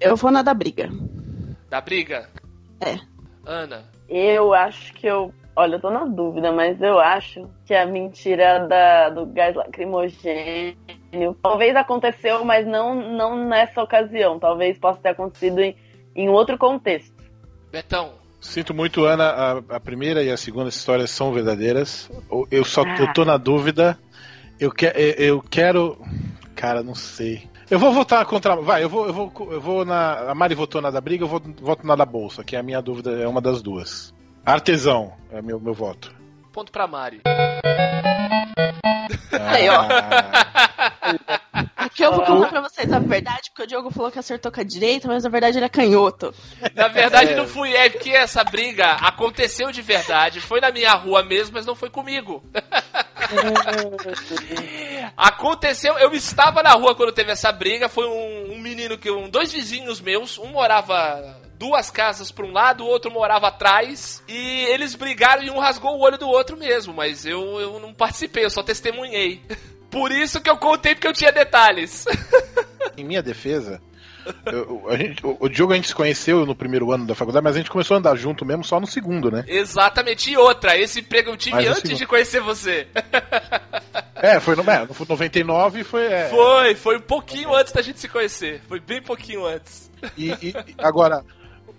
S3: Eu vou na da briga.
S2: Da briga?
S3: É.
S2: Ana,
S1: Eu acho que eu. Olha, eu tô na dúvida, mas eu acho que a mentira da, do gás lacrimogênio talvez aconteceu, mas não, não nessa ocasião. Talvez possa ter acontecido em, em outro contexto.
S2: Betão,
S5: Sinto muito, Ana. A, a primeira e a segunda histórias são verdadeiras. Eu- Eu só
S3: Ah.
S5: eu tô na dúvida. Eu, que, eu, eu quero. Cara, não sei. Eu vou votar contra. Vai, eu vou, eu vou, co- eu vou na. A Mari votou na da briga, eu vou, voto na da bolsa, que é a minha dúvida, é uma das duas. Artesão é meu, meu voto.
S2: ponto pra Mari.
S3: Aí, ó.
S5: Ah,
S3: Aqui eu vou contar pra vocês a verdade, porque o Diogo falou que acertou com a direita, mas na verdade ele é canhoto.
S2: Na verdade,
S5: É.
S2: não fui. É porque essa briga aconteceu de verdade. Foi na minha rua mesmo, mas não foi comigo. Aconteceu, eu estava na rua quando teve essa briga. Foi um, um menino que. Um, dois vizinhos meus, um morava duas casas para um lado, o outro morava atrás. E eles brigaram e um rasgou o olho do outro mesmo. Mas eu, eu não participei, eu só testemunhei. Por isso que eu contei, porque eu tinha detalhes.
S5: em minha defesa, eu- a gente- o, o Diogo a gente se conheceu no primeiro ano da faculdade, mas a gente começou a andar junto mesmo só no segundo, né?
S2: Exatamente. E outra, esse emprego eu tive
S5: Mas eu
S2: antes
S5: sigo.
S2: de conhecer você.
S5: É, foi no, é, no 99 foi. é,
S2: Foi, foi um pouquinho antes da gente se conhecer. Foi bem pouquinho antes.
S5: E, e- e agora,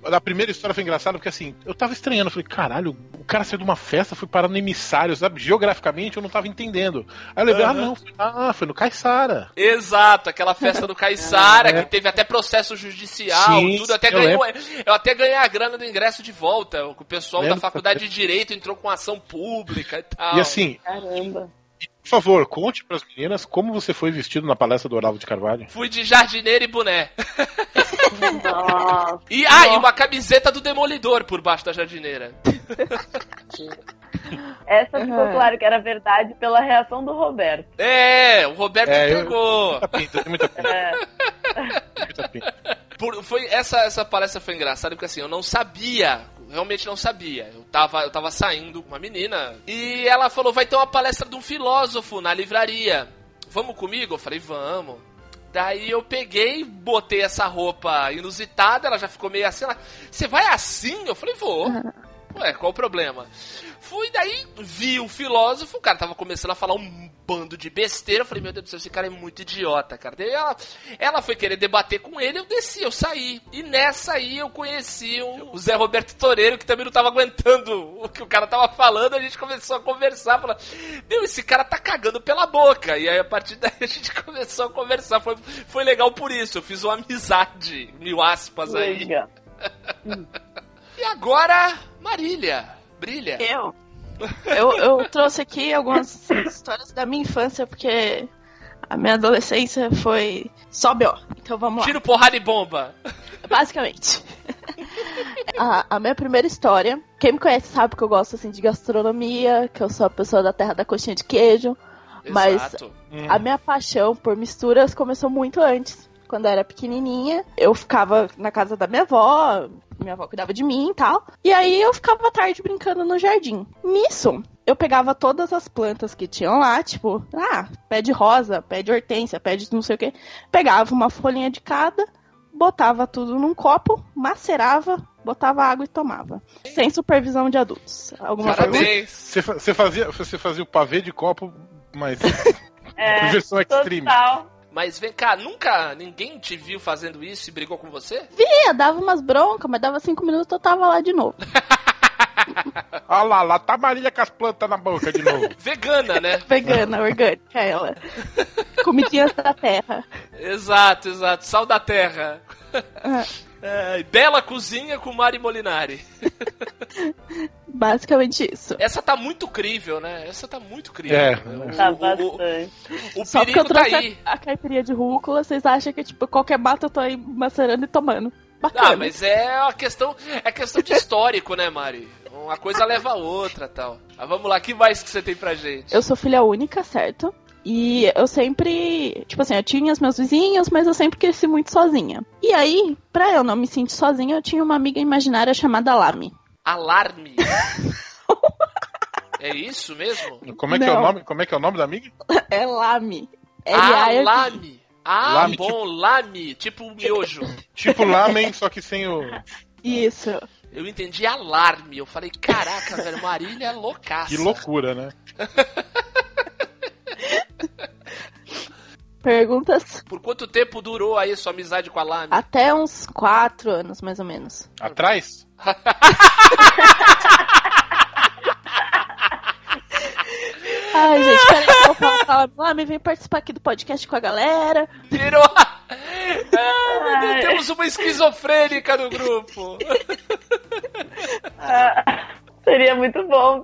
S5: a primeira história foi engraçada, porque assim, eu tava estranhando, eu falei, caralho, o cara saiu de uma festa, foi parar no emissário, sabe? Geograficamente eu não tava entendendo. Aí eu lembrei, ah
S2: Aham.
S5: não, foi, ah, foi no Caixara
S2: Exato, aquela festa do Caiçara,
S5: É.
S2: que teve até processo judicial,
S5: Sim,
S2: tudo. Até
S5: eu
S2: ganhei, eu até ganhei a grana do ingresso de volta. O pessoal
S5: Lembro tá
S2: da faculdade de Direito entrou com ação pública e tal.
S5: E assim,
S1: Caramba.
S5: por favor, conte pras meninas como você foi vestido na palestra do Olavo de Carvalho.
S2: Fui de jardineiro e boné.
S1: Nossa.
S2: E, ah, e uma camiseta do Demolidor por baixo da jardineira.
S1: Essa ficou
S3: Aham.
S1: claro que era verdade pela reação do Roberto.
S2: É, o Roberto
S5: É, eu-
S2: entregou.
S5: Muita pinta, tem muita pinta,
S1: É,
S5: tem muita pinta.
S2: Por- foi, essa, essa palestra foi engraçada porque assim, eu não sabia, realmente não sabia. Eu tava, eu tava saindo com uma menina e ela falou: vai ter uma palestra de um filósofo na livraria. Vamos comigo? Eu falei: vamos. Daí eu peguei, botei essa roupa inusitada, ela já ficou meio assim. Ela, Você vai assim? Eu falei: vou. Ué, qual o problema? Fui daí, vi o filósofo, o cara tava começando a falar um bando de besteira. Eu falei, meu Deus do céu, esse cara é muito idiota, cara. Daí ela, ela foi querer debater com ele, eu desci, eu saí. E nessa aí eu conheci o, o Zé Roberto Toreiro, que também não tava aguentando o que o cara tava falando. A gente começou a conversar, falando, meu, esse cara tá cagando pela boca. E aí a partir daí a gente começou a conversar. Foi, foi legal por isso, eu fiz uma amizade, mil aspas aí.
S1: legal.
S2: E agora, Marília, brilha.
S3: Eu? eu? Eu trouxe aqui algumas histórias da minha infância, porque a minha adolescência foi só B.O. Então vamos lá.
S2: Tiro, porrada e bomba.
S3: Basicamente. a, a minha primeira história. Quem me conhece sabe que eu gosto assim de gastronomia, que eu sou a pessoa da terra da coxinha de queijo. Mas-
S2: Exato.
S3: A
S5: Hum.
S3: minha paixão por misturas começou muito antes. Quando eu era pequenininha, eu ficava na casa da minha avó, minha avó cuidava de mim e tal. E aí eu ficava à tarde brincando no jardim. Nisso, eu pegava todas as plantas que tinham lá, tipo, ah, pé de rosa, pé de hortênsia, pé de não sei o quê. Pegava uma folhinha de cada, botava tudo num copo, macerava, botava água e tomava. Sem supervisão de adultos. Alguma pergunta?
S2: Parabéns.
S5: Você, fa- você fazia, você fazia o pavê de copo, mas
S1: É,
S5: Versão extreme.
S1: total.
S2: Mas vem cá, nunca ninguém te viu fazendo isso e brigou com você?
S3: Ia, dava umas broncas, mas dava cinco minutos eu tava lá de novo.
S5: Olha lá, lá tá a Marília com as plantas na boca de novo.
S2: Vegana, né?
S3: Vegana, orgânica ela. Comidinhas da terra.
S2: exato, exato. Sal da terra.
S3: Ah,
S2: Ai, bela cozinha com Mari Molinari.
S3: Basicamente isso.
S2: Essa tá muito crível, né? Essa tá muito crível.
S5: É.
S2: O-
S1: Tá
S2: o- o,
S1: bastante.
S2: o
S3: Só porque eu
S2: perigo tá
S3: trouxe
S2: aí.
S3: a, a caipirinha de rúcula, vocês acham que tipo, qualquer mata eu tô aí macerando e tomando. Bacana.
S2: Ah, mas é uma questão, é questão de histórico, né, Mari? Uma coisa leva a outra tal. Mas vamos lá, que mais que você tem pra gente?
S3: Eu sou filha única, certo? E eu sempre, tipo assim, eu tinha os meus vizinhos, mas eu sempre cresci muito sozinha. E aí, pra eu não me sentir sozinha, eu tinha uma amiga imaginária chamada Lami.
S2: Alarme. é isso mesmo?
S5: Como é que é o
S3: Não.
S5: nome? Como é que é o nome da amiga?
S3: É Lami. L-A-M-I.
S2: Alarme. Ah,
S5: Lame,
S2: bom, lame, tipo miojo.
S5: Tipo lamen, só que sem o.
S3: Isso.
S2: Eu entendi alarme. Eu falei, caraca, velho, Marília é loucaça.
S5: Que loucura, né?
S3: Perguntas
S2: Por quanto tempo durou aí sua amizade com a Lame?
S3: até uns quatro anos, mais ou menos.
S5: Atrás?
S3: Ai, gente, peraí que eu falo pra Lami. Lami, "Ah, vem participar aqui do podcast com a galera.
S2: Virou. Ah, meu Deus, temos uma esquizofrênica no grupo.
S1: Ah, seria muito bom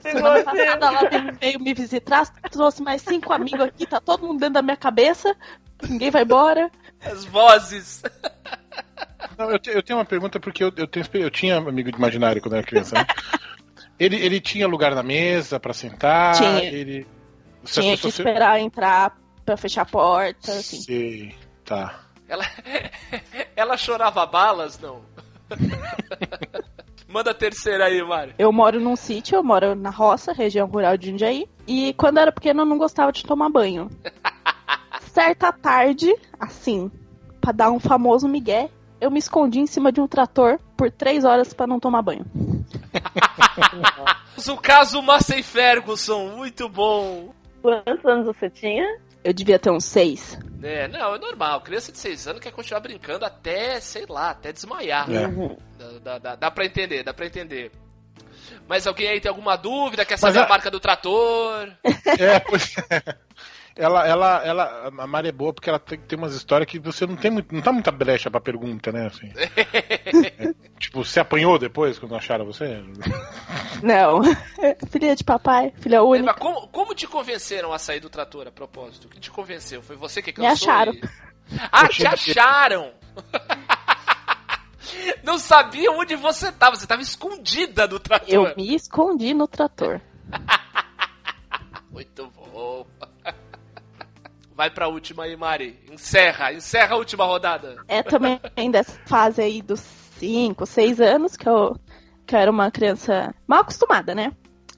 S1: se
S3: Semana
S1: você
S3: passada ela veio- veio me visitar, trouxe mais cinco amigos aqui, tá todo mundo dentro da minha cabeça. Ninguém vai embora.
S2: As vozes.
S5: Não, eu, te- eu tenho uma pergunta porque eu, eu tenho, experi- eu tinha amigo imaginário quando era criança, né? Ele, ele tinha lugar na mesa pra sentar?
S3: Tinha.
S5: Ele... Se as
S3: Tinha que
S5: pessoas se-
S3: esperar entrar pra fechar a porta, assim.
S5: Sei, tá.
S2: Ela, ela chorava balas, não? Manda a terceira aí, Mário.
S3: Eu moro num sítio, eu moro na roça, região rural de Jundiaí. E quando eu era pequena eu não gostava de tomar banho. Certa tarde, assim, pra dar um famoso migué, eu me escondi em cima de um trator por três horas pra não tomar banho.
S2: O caso Massey Ferguson, muito bom.
S1: Quantos anos você tinha?
S3: Eu devia ter uns seis.
S2: É, não, é normal. Criança de 6 anos quer continuar brincando até, sei lá, até desmaiar.
S3: Ah,
S5: É.
S1: Uhum.
S2: Dá- Dá, dá, dá pra entender, dá pra entender. Mas alguém aí tem alguma dúvida? Quer saber
S5: Mas a-
S2: a marca do trator?
S5: É, pois é. Ela, ela, ela, a Mari é boa porque ela tem, tem umas histórias que você não tem muito, não tá muita brecha pra pergunta, né? Assim. É, tipo, você apanhou depois quando acharam você?
S3: Não. filha de papai, filha única.
S2: É, Mas como, como te convenceram a sair do trator, a propósito? Quem te convenceu? Foi você que cansou?
S3: acharam.
S2: e- Ah, te acharam! Não sabia onde você tava, você tava escondida do trator.
S3: Eu me escondi no trator.
S2: Muito bom. Vai pra última aí, Mari. Encerra, encerra a última rodada.
S3: É também dessa fase aí dos 5, 6 anos que eu, que eu era uma criança mal acostumada, né?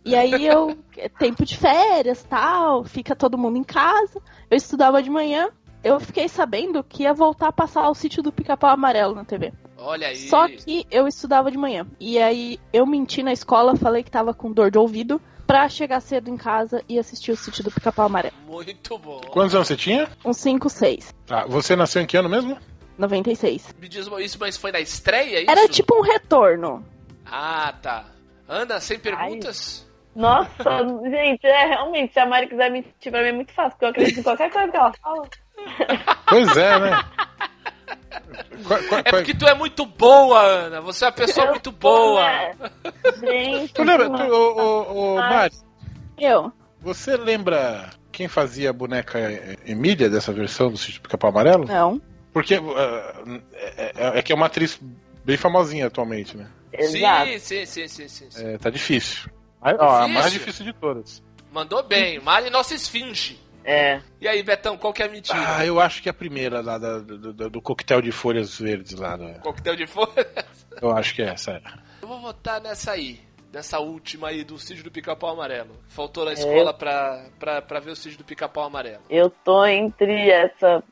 S3: E aí eu, é tempo de férias tal, fica todo mundo em casa. Eu estudava de manhã, eu fiquei sabendo que ia voltar a passar o sítio do pica-pau amarelo na TV.
S2: Olha aí.
S3: Só que eu estudava de manhã. E aí eu menti na escola, falei que tava com dor de ouvido pra chegar cedo em casa e assistir o sítio do pica-pau amarelo.
S2: Muito bom.
S5: Quantos anos você tinha?
S3: Uns 5, 6,
S5: Tá, você nasceu em que ano mesmo?
S3: 96.
S2: Me diz uma- isso, mas foi na estreia isso?
S3: Era tipo um retorno.
S2: Ah, tá. Ana, sem perguntas?
S1: Nossa, gente, é realmente, se a Mari quiser mentir pra mim é muito fácil, porque eu acredito em qualquer coisa que ela fala.
S5: Pois é, né? Qua- qua-
S2: É
S5: qua-
S2: porque tu é muito boa, Ana. Você é uma pessoa muito boa.
S3: né?
S1: É. Gente,
S5: Tu lembra, tu, ô, ô, ô,
S1: Mas-
S5: Mari,
S3: Eu.
S5: você lembra quem fazia a boneca eh, Emília dessa versão do Sítio do Pica-Pau Amarelo?
S3: Não.
S5: Porque ah, é, é- é que é uma atriz bem famosinha atualmente, né?
S1: exato.
S2: Sim, sim, sim, sim, sim. sim.
S5: É, tá difícil. A, ó, a
S2: Ah, Difícil?
S5: mais difícil de todas.
S2: Mandou bem. Mari, nossa esfinge.
S1: É.
S2: E aí, Betão, qual que é a mentira?
S5: Ah, eu acho que é a primeira lá da- do, do- do coquetel de folhas verdes lá. né?
S2: Coquetel de folha?
S5: Eu acho que é essa.
S2: Eu vou votar nessa aí. Nessa última aí do Sítio do Pica-Pau Amarelo. Faltou
S3: É?
S2: na escola pra, pra, pra ver o Sítio do Pica-Pau Amarelo.
S1: Eu tô entre essa,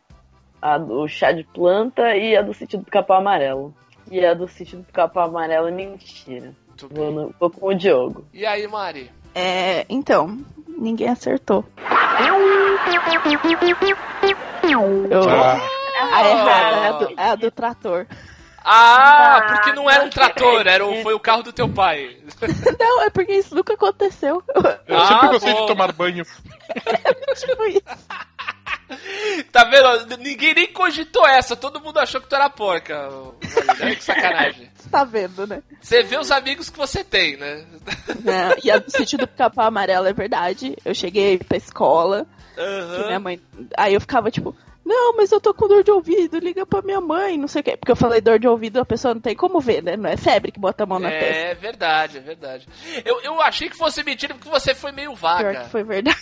S1: a do chá de planta e a do sítio do pica-pau amarelo. E a do sítio do pica-pau amarelo é mentira.
S2: Muito
S1: Vou,
S2: bem.
S1: no- vou com o Diogo.
S2: E aí, Mari?
S3: É, então, ninguém acertou. Eu-
S5: Ah,
S3: A errada é a do, é a do trator.
S2: Ah,
S1: Ah,
S2: porque não era um
S1: não
S2: trator,
S1: sei.
S2: era o, foi o carro do teu pai.
S3: Não, é porque isso nunca aconteceu.
S5: eu
S2: Ah,
S5: sempre gostei
S2: bom.
S5: de tomar banho.
S3: tipo isso.
S2: Tá vendo? ó, Ninguém nem cogitou essa, todo mundo achou que tu era porca. ô, Valide. Olha que sacanagem.
S3: Você tá vendo, né?
S2: Você vê os amigos que você tem, né?
S3: Não, e a do sítio do pica-pau amarelo é verdade. Eu cheguei pra escola, que
S2: Aham.
S3: minha mãe. Aí eu ficava tipo, não, mas eu tô com dor de ouvido, liga pra minha mãe, não sei o quê. Porque eu falei dor de ouvido, a pessoa não tem como ver, né? Não é febre que bota a mão na testa.
S2: É verdade, é verdade. Eu, eu achei que fosse mentira porque você foi meio
S3: Pior que
S2: vaga.
S3: foi verdade.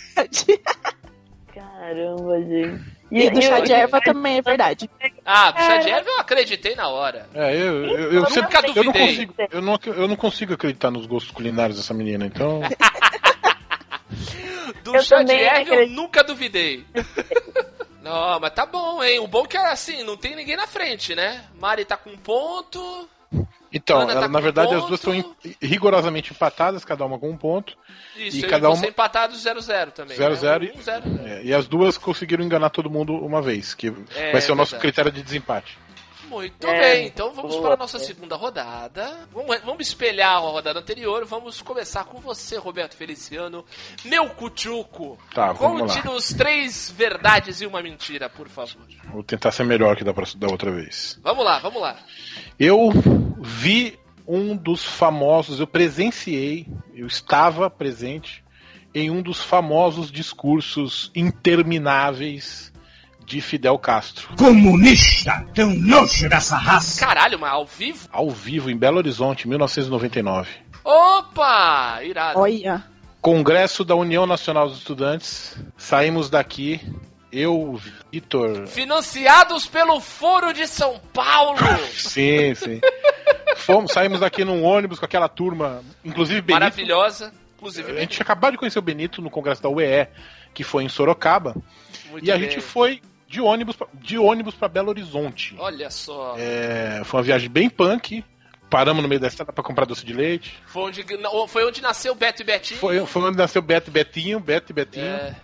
S1: Caramba, gente.
S3: E, do chá
S1: eu-
S3: de erva também é verdade.
S2: Ah, do chá de erva eu acreditei na hora.
S5: É, eu, eu, eu
S1: Então,
S5: sempre.
S2: nunca
S5: Eu não,
S2: duvidei.
S5: consigo, eu, não, ac- eu não consigo acreditar nos gostos culinários dessa menina, então.
S2: Do
S1: Eu
S2: chá de
S1: também
S2: erva eu
S1: acredito.
S2: nunca duvidei. Não, mas tá bom, hein? O bom que é assim, não tem ninguém na frente, né? Mari tá com um ponto.
S5: Então,
S2: Ana tá
S5: ela-
S2: com
S5: na verdade,
S2: ponto.
S5: as duas estão em- rigorosamente empatadas, cada uma com um ponto.
S2: Isso,
S5: E
S2: eu
S5: cada
S2: e
S5: uma-
S2: você empatado 0-0 também.
S5: 0-0
S2: né?
S5: e-
S2: Um, zero, zero.
S5: É, e as duas conseguiram enganar todo mundo uma vez, que
S2: É,
S5: vai ser o nosso
S2: verdade.
S5: critério de desempate.
S2: Muito
S1: É,
S2: bem, então vamos
S1: boa,
S2: para a nossa
S1: é.
S2: segunda rodada. Vamos, vamos espelhar a rodada anterior. Vamos começar com você, Roberto Feliciano. Meu cuchuco.
S5: Tá, vamos lá.
S2: Conte-nos três verdades e uma mentira, por favor.
S5: Vou tentar ser melhor que da, próxima- da outra vez.
S2: Vamos lá, vamos lá.
S5: Eu vi um dos famosos, eu presenciei, eu estava presente em um dos famosos discursos intermináveis de Fidel Castro,
S4: Comunista, tão nojo dessa raça.
S2: Caralho, mas ao vivo?
S5: ao vivo em Belo Horizonte, 1999.
S2: Opa! Irado.
S3: Olha.
S5: Congresso da União Nacional dos Estudantes. Saímos daqui, eu, Vitor.
S2: Financiados pelo Foro de São Paulo.
S5: Ah, Sim, sim. Fomos, saímos daqui num ônibus com aquela turma, inclusive Benito. É,
S2: Maravilhosa.
S5: A
S2: Inclusive,
S5: gente tinha acabado de conhecer o Benito no congresso da UE, que foi em Sorocaba,
S2: muito
S5: e a
S2: bem.
S5: gente foi de ônibus pra- de ônibus para Belo Horizonte.
S2: Olha só.
S5: É, foi uma viagem bem punk. Paramos no meio da estrada para comprar doce de leite.
S2: Foi, onde, não, foi onde nasceu Beto e Betinho.
S5: Foi, foi onde nasceu Beto e Betinho, Beto e Betinho.
S2: É.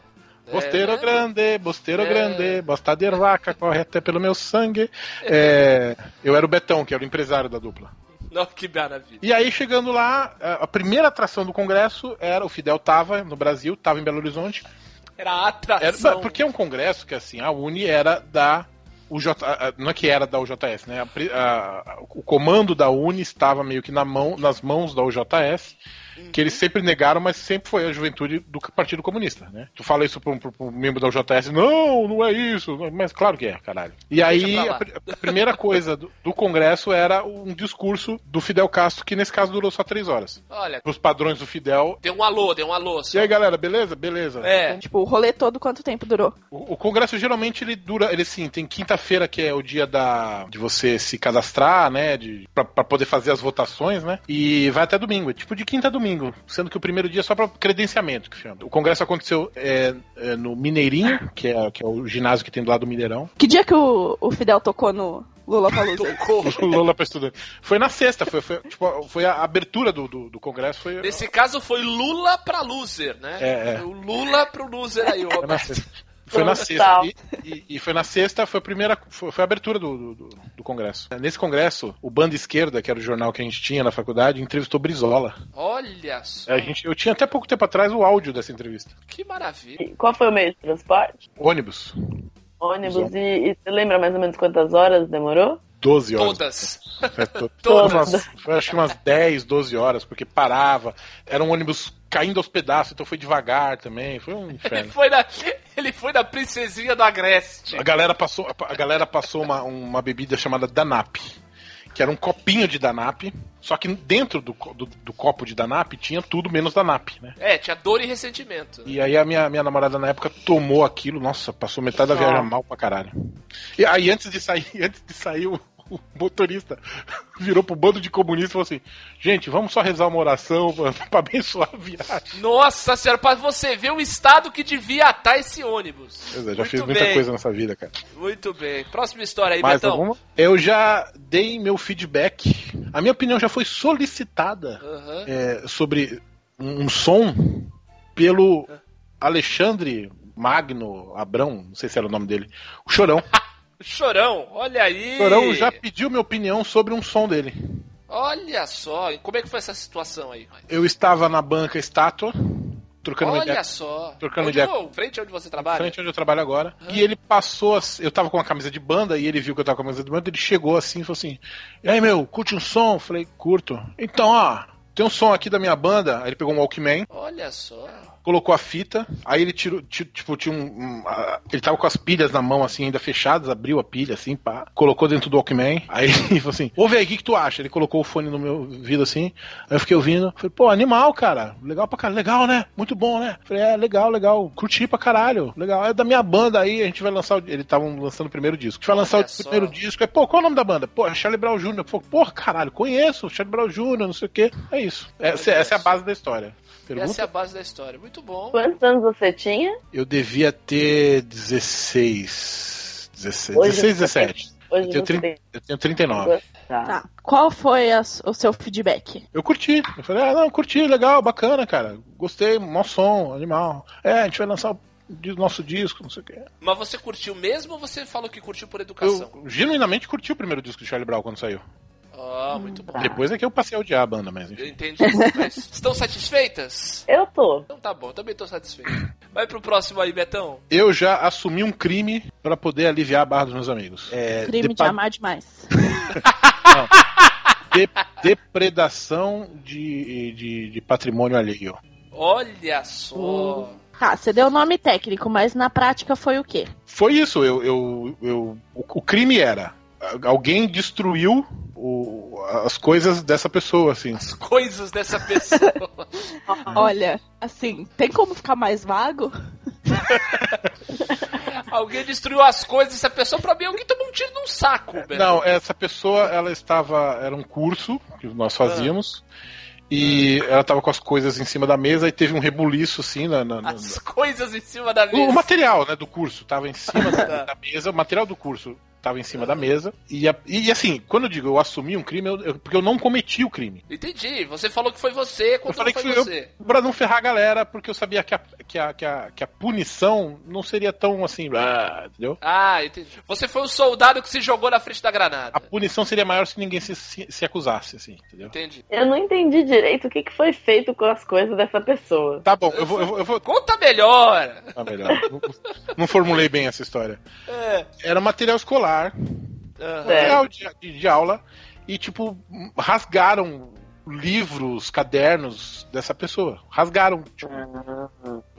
S5: Bosteiro
S2: É.
S5: grande, bosteiro
S2: É.
S5: grande, bosta de vaca, corre até pelo meu sangue. É, eu era o Betão, que era o empresário da dupla.
S2: Não, que maravilha.
S5: E aí, chegando lá, a a primeira atração do congresso era o Fidel tava no Brasil, tava em Belo Horizonte.
S2: Era a
S5: Era,
S2: atração.
S5: porque é um congresso que, assim, a Uni era da UJ... a- a- Não é que era da UJS, né? A pri- a- a- o comando da Uni estava meio que na mão, nas mãos da UJS, que
S2: Uhum.
S5: eles sempre negaram, mas sempre foi a juventude do Partido Comunista, né? Tu fala isso pra um, pra um membro da UJS, não, não é isso. Mas claro que é, caralho. E aí,
S2: pra lá.
S5: a, pri- a primeira coisa do, do congresso era um discurso do Fidel Castro, que nesse caso durou só três horas.
S2: Olha,
S5: Os padrões do Fidel...
S2: deu um alô, deu um alô. só.
S5: E aí, galera, beleza? Beleza.
S2: É.
S3: Tipo, o rolê todo quanto tempo durou?
S5: O, o congresso geralmente ele dura, ele assim, tem quinta-feira que é o dia da de você se cadastrar, né, de pra- pra poder fazer as votações, né? E vai até domingo, é tipo de quinta a domingo, sendo que o primeiro dia é só pra credenciamento, que chama. O congresso aconteceu é, é, no Mineirinho, que é que é o ginásio que tem do lado do Mineirão.
S3: Que dia que o, o Fidel tocou no Lula Palusa?
S2: Tocou.
S5: O Lola pra estudante. Foi na sexta, foi, foi, tipo, foi a abertura do, do, do congresso, foi
S2: Nesse caso foi Lula pra loser, né?
S5: É, é.
S2: Foi o Lula pro loser aí,
S5: Foi na
S2: Roberto.
S5: sexta. Foi na sexta.
S1: Total.
S5: E, e- e foi na sexta, foi a primeira. Foi, foi a abertura do, do, do congresso. Nesse congresso, o Banda Esquerda, que era o jornal que a gente tinha na faculdade, entrevistou Brizola. É,
S2: Olha só.
S5: A gente, eu tinha até pouco tempo atrás o áudio dessa entrevista.
S2: Que maravilha.
S1: Qual foi o meio de transporte?
S5: Ônibus.
S1: Ônibus e, e você lembra mais ou menos quantas horas demorou?
S5: 12 horas.
S2: Todas.
S5: É, to-
S2: Todas.
S5: umas- foi acho que umas 10, 12 horas, porque parava. Era um ônibus caindo aos pedaços, então foi devagar também. Foi um
S2: Ele
S5: inferno.
S2: foi, na, ele foi na princesinha do Agreste.
S5: A galera passou, a galera passou uma, uma bebida chamada Danap, que era um copinho de Danap, só que dentro do, co- do, do copo de Danap tinha tudo menos Danap, né?
S2: É, tinha dor e ressentimento. né?
S5: E aí a minha, minha namorada na época tomou aquilo, nossa, passou metade da viagem mal pra caralho. E aí antes de sair, antes de sair o, o motorista virou pro bando de comunistas e falou assim: "Gente, vamos só rezar uma oração pra, pra abençoar a viagem".
S2: Nossa senhora, pra você ver o estado que devia atar esse ônibus.
S5: Pois é, já
S2: Muito
S5: fiz muita
S2: bem,
S5: coisa nessa vida, cara.
S2: Muito bem. Próxima história aí,
S5: Mais
S2: Betão.
S5: alguma? Eu já dei meu feedback. A minha opinião já foi solicitada
S2: Aham.
S5: é, sobre um, um som pelo Alexandre Magno Abrão, não sei se era o nome dele, o Chorão.
S2: Chorão, olha aí.
S5: Chorão já pediu minha opinião sobre um som dele.
S2: Olha só, e como é que foi essa situação aí?
S5: Eu estava na banca estátua, trocando uma
S2: Olha
S5: ideia
S2: só.
S5: trocando
S2: onde,
S5: ideia-
S2: eu- frente onde você
S5: na
S2: trabalha? Ah.
S5: frente onde eu trabalho agora. E ele passou, assim, eu tava com uma camisa de banda e ele viu que eu tava com a camisa de banda, ele chegou assim e falou assim: E aí, meu, curte um som? Eu falei, curto. Então, ó, tem um som aqui da minha banda. Aí ele pegou um Walkman,
S2: Olha só.
S5: colocou a fita, aí ele tirou, ti- tipo, tinha um, um, ah, ele tava com as pilhas na mão, assim, ainda fechadas, abriu a pilha, assim, pá, colocou dentro do Walkman, aí ele falou assim, ouve aí, o que que tu acha? Ele colocou o fone no meu ouvido, assim, aí eu fiquei ouvindo, falei, pô, animal, cara, legal pra caralho, legal, né? Muito bom, né? Falei, é, legal, legal, curti pra caralho, legal, é da minha banda aí, a gente vai lançar, o, ele tava lançando o primeiro disco, a gente vai lançar
S2: Olha
S5: o
S2: só.
S5: primeiro disco, é, pô, qual é o nome da banda? Pô, é Charlie Brown Jr., pô, porra, caralho, conheço, Charlie Brown Jr., não sei o quê, é isso, essa, essa é a base da história. Pergunta?
S2: Essa é a base da história. Muito bom.
S1: Quantos anos você tinha?
S5: Eu devia ter 16. 16,
S1: Hoje
S5: 16
S1: você tem
S5: 17.
S1: Hoje
S5: Eu
S1: você
S5: tenho 30.
S1: tem.
S5: Eu tenho 39.
S1: Tá.
S3: Tá. Qual foi a su- o seu feedback?
S5: Eu curti. Eu falei, ah, não, curti, legal, bacana, cara. Gostei, mó som, animal. É, a gente vai lançar o di- nosso disco, não sei o quê.
S2: Mas você curtiu mesmo ou você falou que curtiu por educação?
S5: Eu genuinamente curti o primeiro disco de Charlie Brown quando saiu.
S2: Ah, muito bom.
S1: Tá.
S5: Depois é que eu passei a odiar a banda, mas enfim.
S2: Eu entendi. Mas estão satisfeitas?
S1: Eu tô.
S2: Então tá bom, também tô satisfeito. Vai pro próximo aí, Betão.
S5: Eu já assumi um crime pra poder aliviar a barra dos meus amigos. É,
S3: Crime de
S5: depa-
S3: amar demais.
S5: de- depredação de, de, de patrimônio alheio.
S2: Olha só.
S3: Tá, você deu o nome técnico, mas na prática foi o quê?
S5: Foi isso. Eu, eu, eu- o, o crime era. a- Alguém destruiu o- as coisas dessa pessoa, assim.
S2: As coisas dessa pessoa.
S3: Olha, assim, tem como ficar mais vago?
S2: Alguém destruiu as coisas dessa pessoa. Pra mim, alguém tomou um tiro num saco, Betão.
S5: Não, essa pessoa, ela estava. Era um curso que nós
S2: Ah.
S5: fazíamos. E ela estava com as coisas em cima da mesa e teve um rebuliço, assim, na. na- na-
S2: As coisas em cima da
S5: O,
S2: mesa.
S5: o material, né, do curso estava em cima
S2: Tá.
S5: da, da mesa. O material do curso estava em cima
S2: Ah.
S5: da mesa. E, a- e, assim, quando eu digo eu assumi um crime, eu- eu- porque eu não cometi o crime.
S2: Entendi. Você falou que foi você quando
S5: Eu falei
S2: não foi
S5: que fui eu.
S2: você.
S5: Pra não ferrar a galera, porque eu sabia que a, que a, que a, que a punição não seria tão assim, ah, entendeu?
S2: Ah, entendi. Você foi o soldado que se jogou na frente da
S5: A
S2: granada.
S5: punição seria maior se ninguém se, se, se acusasse, assim, entendeu?
S2: Entendi.
S1: Eu não entendi direito o que, que foi feito com as coisas dessa pessoa.
S5: Tá bom, eu vou. Eu vou, eu vou-
S2: Conta melhor.
S5: Ah, melhor. Não, não formulei bem essa história.
S2: É.
S5: Era material escolar,
S2: Aham.
S5: material de, de, de aula, e, tipo, rasgaram livros, cadernos dessa pessoa. Rasgaram, tipo,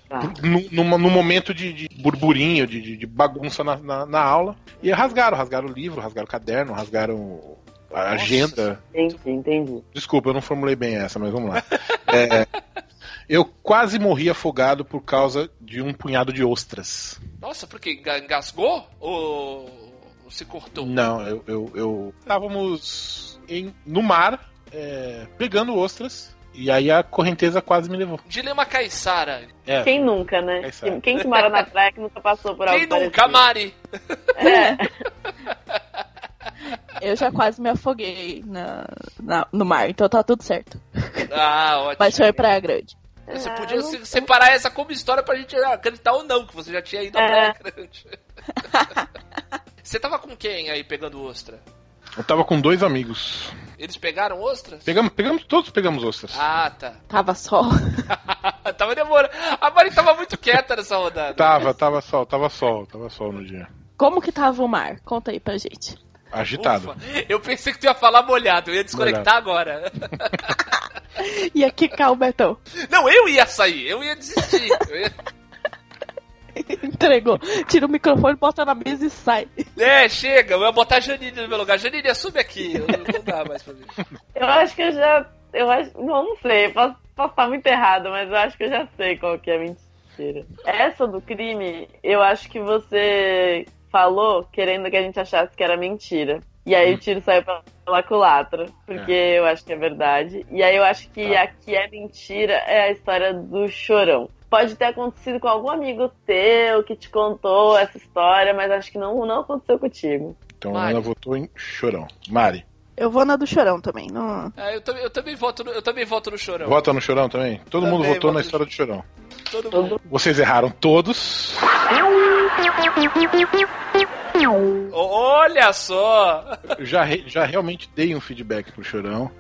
S1: Tá.
S5: num, numa- num momento de, de burburinho, de, de- de bagunça na, na- na aula. E rasgaram, rasgaram o livro, rasgaram o caderno, rasgaram a agenda.
S1: Entendi, entendi.
S5: Desculpa, eu não formulei bem essa, mas vamos lá. É, eu quase morri afogado por causa de um punhado de ostras.
S2: Nossa, por quê? Enga- Engasgou? Ou ou se cortou?
S5: Não, eu. eu, eu- Estávamos em- no mar, é, pegando ostras, e aí a correnteza quase me levou.
S2: Dilema Caissara.
S5: É,
S1: Quem nunca, né?
S5: É isso aí.
S1: Quem, quem que mora na praia que nunca passou por algo
S2: Quem nunca,
S1: parecido?
S2: Mari?
S1: É,
S3: Eu já quase me afoguei na, na- no mar, então tá tudo certo.
S2: Ah, ótimo.
S3: Mas foi Praia Grande.
S2: Você
S1: Ah,
S2: podia
S1: eu não-
S2: se- separar essa como história pra gente acreditar ou não, que você já tinha ido à
S1: É.
S2: Praia Grande. você tava com quem aí pegando ostra?
S5: eu tava com dois amigos.
S2: Eles pegaram ostras?
S5: Pegamos, pegamos todos pegamos ostras.
S2: Ah, tá.
S3: Tava sol.
S2: tava demorando. A Mari tava muito quieta nessa rodada.
S5: Tava, tava sol, tava sol, tava sol no dia.
S3: Como que tava o mar? Conta aí pra gente.
S5: Agitado.
S2: Ufa, eu pensei que tu ia falar molhado, eu ia desconectar agora.
S3: E aqui cá o Betão.
S2: Não, eu ia sair, eu ia desistir. Eu ia-
S3: Entregou. Tira o microfone, bota na mesa e sai.
S2: É, chega, eu ia botar a Janine no meu lugar. Janine, sube aqui, eu- não dá mais pra mim.
S1: eu acho que eu já. Eu acho. Não, não sei, posso, posso estar muito errado, mas eu acho que eu já sei qual que é a mentira. Essa do crime, eu acho que você falou querendo que a gente achasse que era mentira. E aí o tiro saiu pela, pela culatra, porque eu acho que é verdade. E aí eu acho que
S5: Tá.
S1: a que é mentira é a história do chorão. Pode ter acontecido com algum amigo teu que te contou essa história, mas acho que não, não aconteceu contigo.
S5: Então
S2: Mari.
S5: a Ana votou em chorão. Mari,
S3: Eu vou na do chorão também. Não...
S2: Ah, eu, também, eu, também voto no, eu também voto no Chorão.
S5: vota no chorão também? Todo
S2: Também
S5: mundo votou
S2: voto
S5: na
S2: no
S5: história do chorão.
S2: Todo mundo.
S5: Vocês erraram todos.
S2: Olha só!
S5: Eu já, re- já realmente dei um feedback pro Chorão.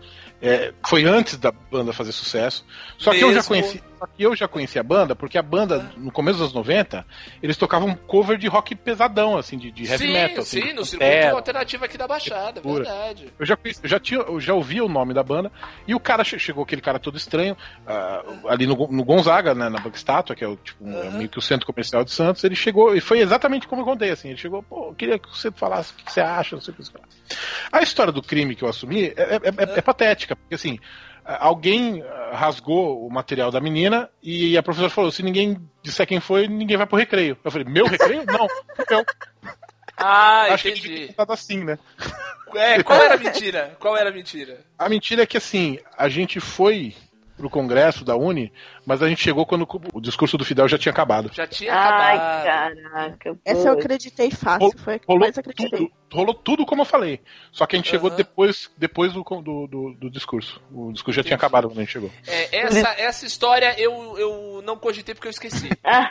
S5: É, foi antes da banda fazer sucesso. Só que, eu já
S2: Mesmo? Ah.
S5: conheci, só que eu já conheci a banda, porque a banda, no começo dos anos 90, eles tocavam um cover de rock pesadão, assim, de, de heavy
S2: sim,
S5: metal. assim,
S2: sim,
S5: de
S2: no circuito
S5: Pantera.
S2: alternativo aqui da Baixada,
S5: Pura.
S2: verdade.
S5: Eu já, conheci- eu já, tinha, eu já ouvia o nome da banda, e o cara che- chegou, aquele cara todo estranho, ah, ali no, Gon- no Gonzaga, né, na Banca Estátua, que é, o, tipo, um- é
S2: Aham.
S5: meio que o centro comercial de Santos. Ele chegou, e foi exatamente como eu contei, assim. Ele chegou, pô, eu queria que você falasse o que que você acha, não sei o que você fala. A história do crime que eu assumi é, é- é- é patética, porque assim. ah, Alguém ah, rasgou o material da menina e a professora falou: se ninguém disser quem foi, ninguém vai pro recreio. Eu falei: meu recreio? Não, meu.
S2: Ah,
S5: Achei que tinha
S2: entendi.
S5: contado assim, né?
S2: É, qual era a mentira? Qual era a mentira?
S5: A mentira é que assim, a gente foi pro congresso da Uni, mas a gente chegou quando o discurso do Fidel já tinha acabado.
S2: Já tinha
S1: Ai,
S2: acabado.
S1: caraca.
S3: Essa é eu
S1: putz.
S3: acreditei fácil, foi a que eu
S5: Rolou
S3: mais
S5: tudo,
S3: acreditei.
S5: rolou tudo como eu falei. Só que a gente chegou
S2: Aham.
S5: depois, depois do, con- do, do- do discurso. O discurso já tinha
S2: Entendi.
S5: acabado quando a gente chegou.
S2: É, essa, essa história eu, eu não cogitei porque eu esqueci.
S1: Ah.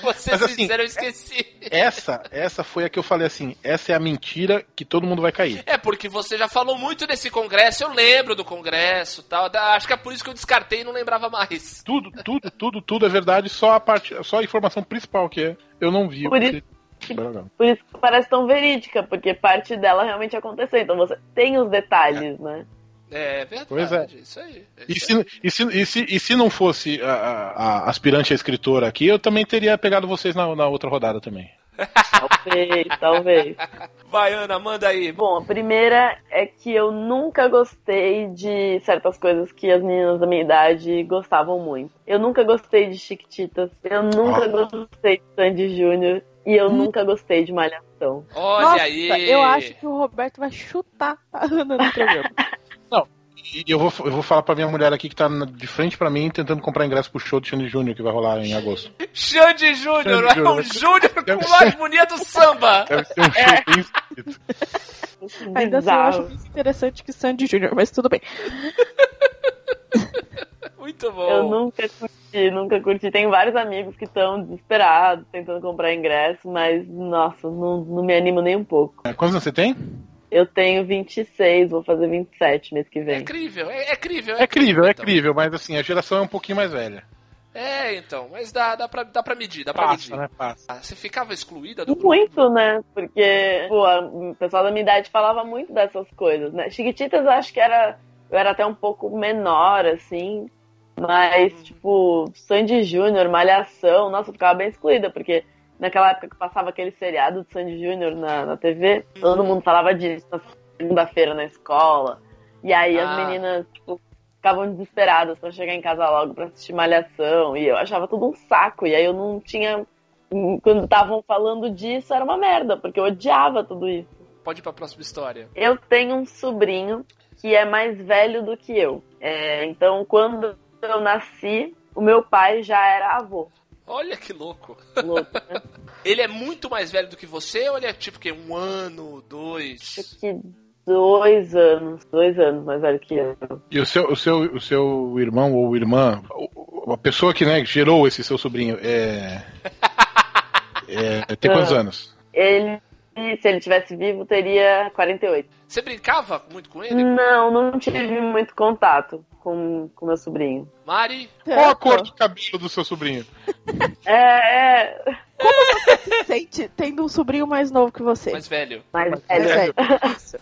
S2: Vou ser
S5: Mas, assim,
S2: sincero, eu esqueci.
S5: Essa, essa foi a que eu falei assim: essa é a mentira que todo mundo vai cair.
S2: É, porque você já falou muito desse congresso, eu lembro do congresso e tal. da- Acho que é por isso que eu descartei e não lembrava mais.
S5: Tudo, tudo, tudo, tudo é verdade, só a parte, só a informação principal que é. Eu não vi. o
S1: Por
S5: que- Não.
S1: Por isso que parece tão verídica, porque parte dela realmente aconteceu. Então você tem os detalhes, né?
S2: É verdade.
S5: Pois é.
S2: Isso aí. é
S5: E
S2: isso
S5: se, e, se, e, se, e se não fosse a, a- a aspirante a escritora aqui, eu também teria pegado vocês na, na outra rodada também.
S1: Talvez, talvez.
S2: aí. Vai, Ana, manda aí.
S1: Bom, a primeira é que eu nunca gostei de certas coisas que as meninas da minha idade gostavam muito. Eu nunca gostei de Chiquititas, eu nunca gostei de Sandy Júnior e
S3: Hum.
S1: eu nunca gostei de Malhação.
S2: Olha
S3: Nossa,
S2: aí.
S3: eu acho que o Roberto vai chutar a Ana no programa.
S5: E eu vou, eu vou falar pra minha mulher aqui que tá na- de frente pra mim tentando comprar ingresso pro show do Xande Júnior que vai rolar em agosto.
S2: Xande Júnior,
S5: Xande
S2: é um
S5: Júnior.
S2: Júnior
S5: Deve
S2: com
S5: ser-
S2: mais bonito samba.
S5: Deve ser um show bem esquisito.
S3: Ainda assim, eu acho
S1: Bizarro.
S3: mais interessante que Sandy Jr., mas tudo bem.
S2: Muito bom.
S1: Eu nunca curti, nunca curti. Tem vários amigos que estão desesperados tentando comprar ingresso, mas nossa, não, não me animo nem um pouco.
S5: É, Quantos anos você tem?
S1: Eu tenho 26, vou fazer 27 mês que
S2: É
S1: vem.
S2: incrível, é, é crível.
S5: É crível, é
S2: então.
S5: crível, mas assim, a geração é um pouquinho mais velha.
S2: É, então, mas dá, dá, pra, dá pra medir, dá pra medir.
S5: Passa, né? Passa.
S2: Ah, Você ficava excluída do grupo?
S1: Muito, né? Porque pô, a- o pessoal da minha idade falava muito dessas coisas, né? Chiquititas eu acho que era. Eu era até um pouco menor, assim. Mas, tipo, Sandy Júnior, Malhação, nossa, eu ficava bem excluída, porque naquela época que passava aquele seriado de Sandy Júnior na, na TV, todo mundo falava disso na segunda-feira na escola. E aí
S2: Ah.
S1: as meninas, tipo, ficavam desesperadas pra chegar em casa logo pra assistir Malhação. E eu achava tudo um saco. E aí eu não tinha. Quando estavam falando disso, era uma merda, porque eu odiava tudo isso.
S2: Pode ir pra próxima história.
S1: Eu tenho um sobrinho que é mais velho do que eu. É, então, quando eu nasci, o meu pai já era avô.
S2: Olha que louco.
S1: Louco, né?
S2: Ele é muito mais velho do que você ou ele é tipo que um ano, dois?
S1: Acho que dois anos, dois anos mais velho que eu.
S5: E o seu, o seu, o seu irmão ou irmã, o- o- a pessoa que né, gerou esse seu sobrinho, é. é tem quantos
S1: Ah.
S5: anos?
S1: Ele, se ele tivesse vivo, teria 48.
S2: Você brincava muito com ele?
S1: Não, não tive muito contato com, com meu sobrinho.
S2: Mari?
S3: Então,
S5: Qual a cor do cabelo do seu sobrinho?
S1: É, é
S3: Sente, tendo um sobrinho mais novo que você.
S2: Mais velho.
S1: mais
S3: É
S1: velho.
S3: sério. Isso.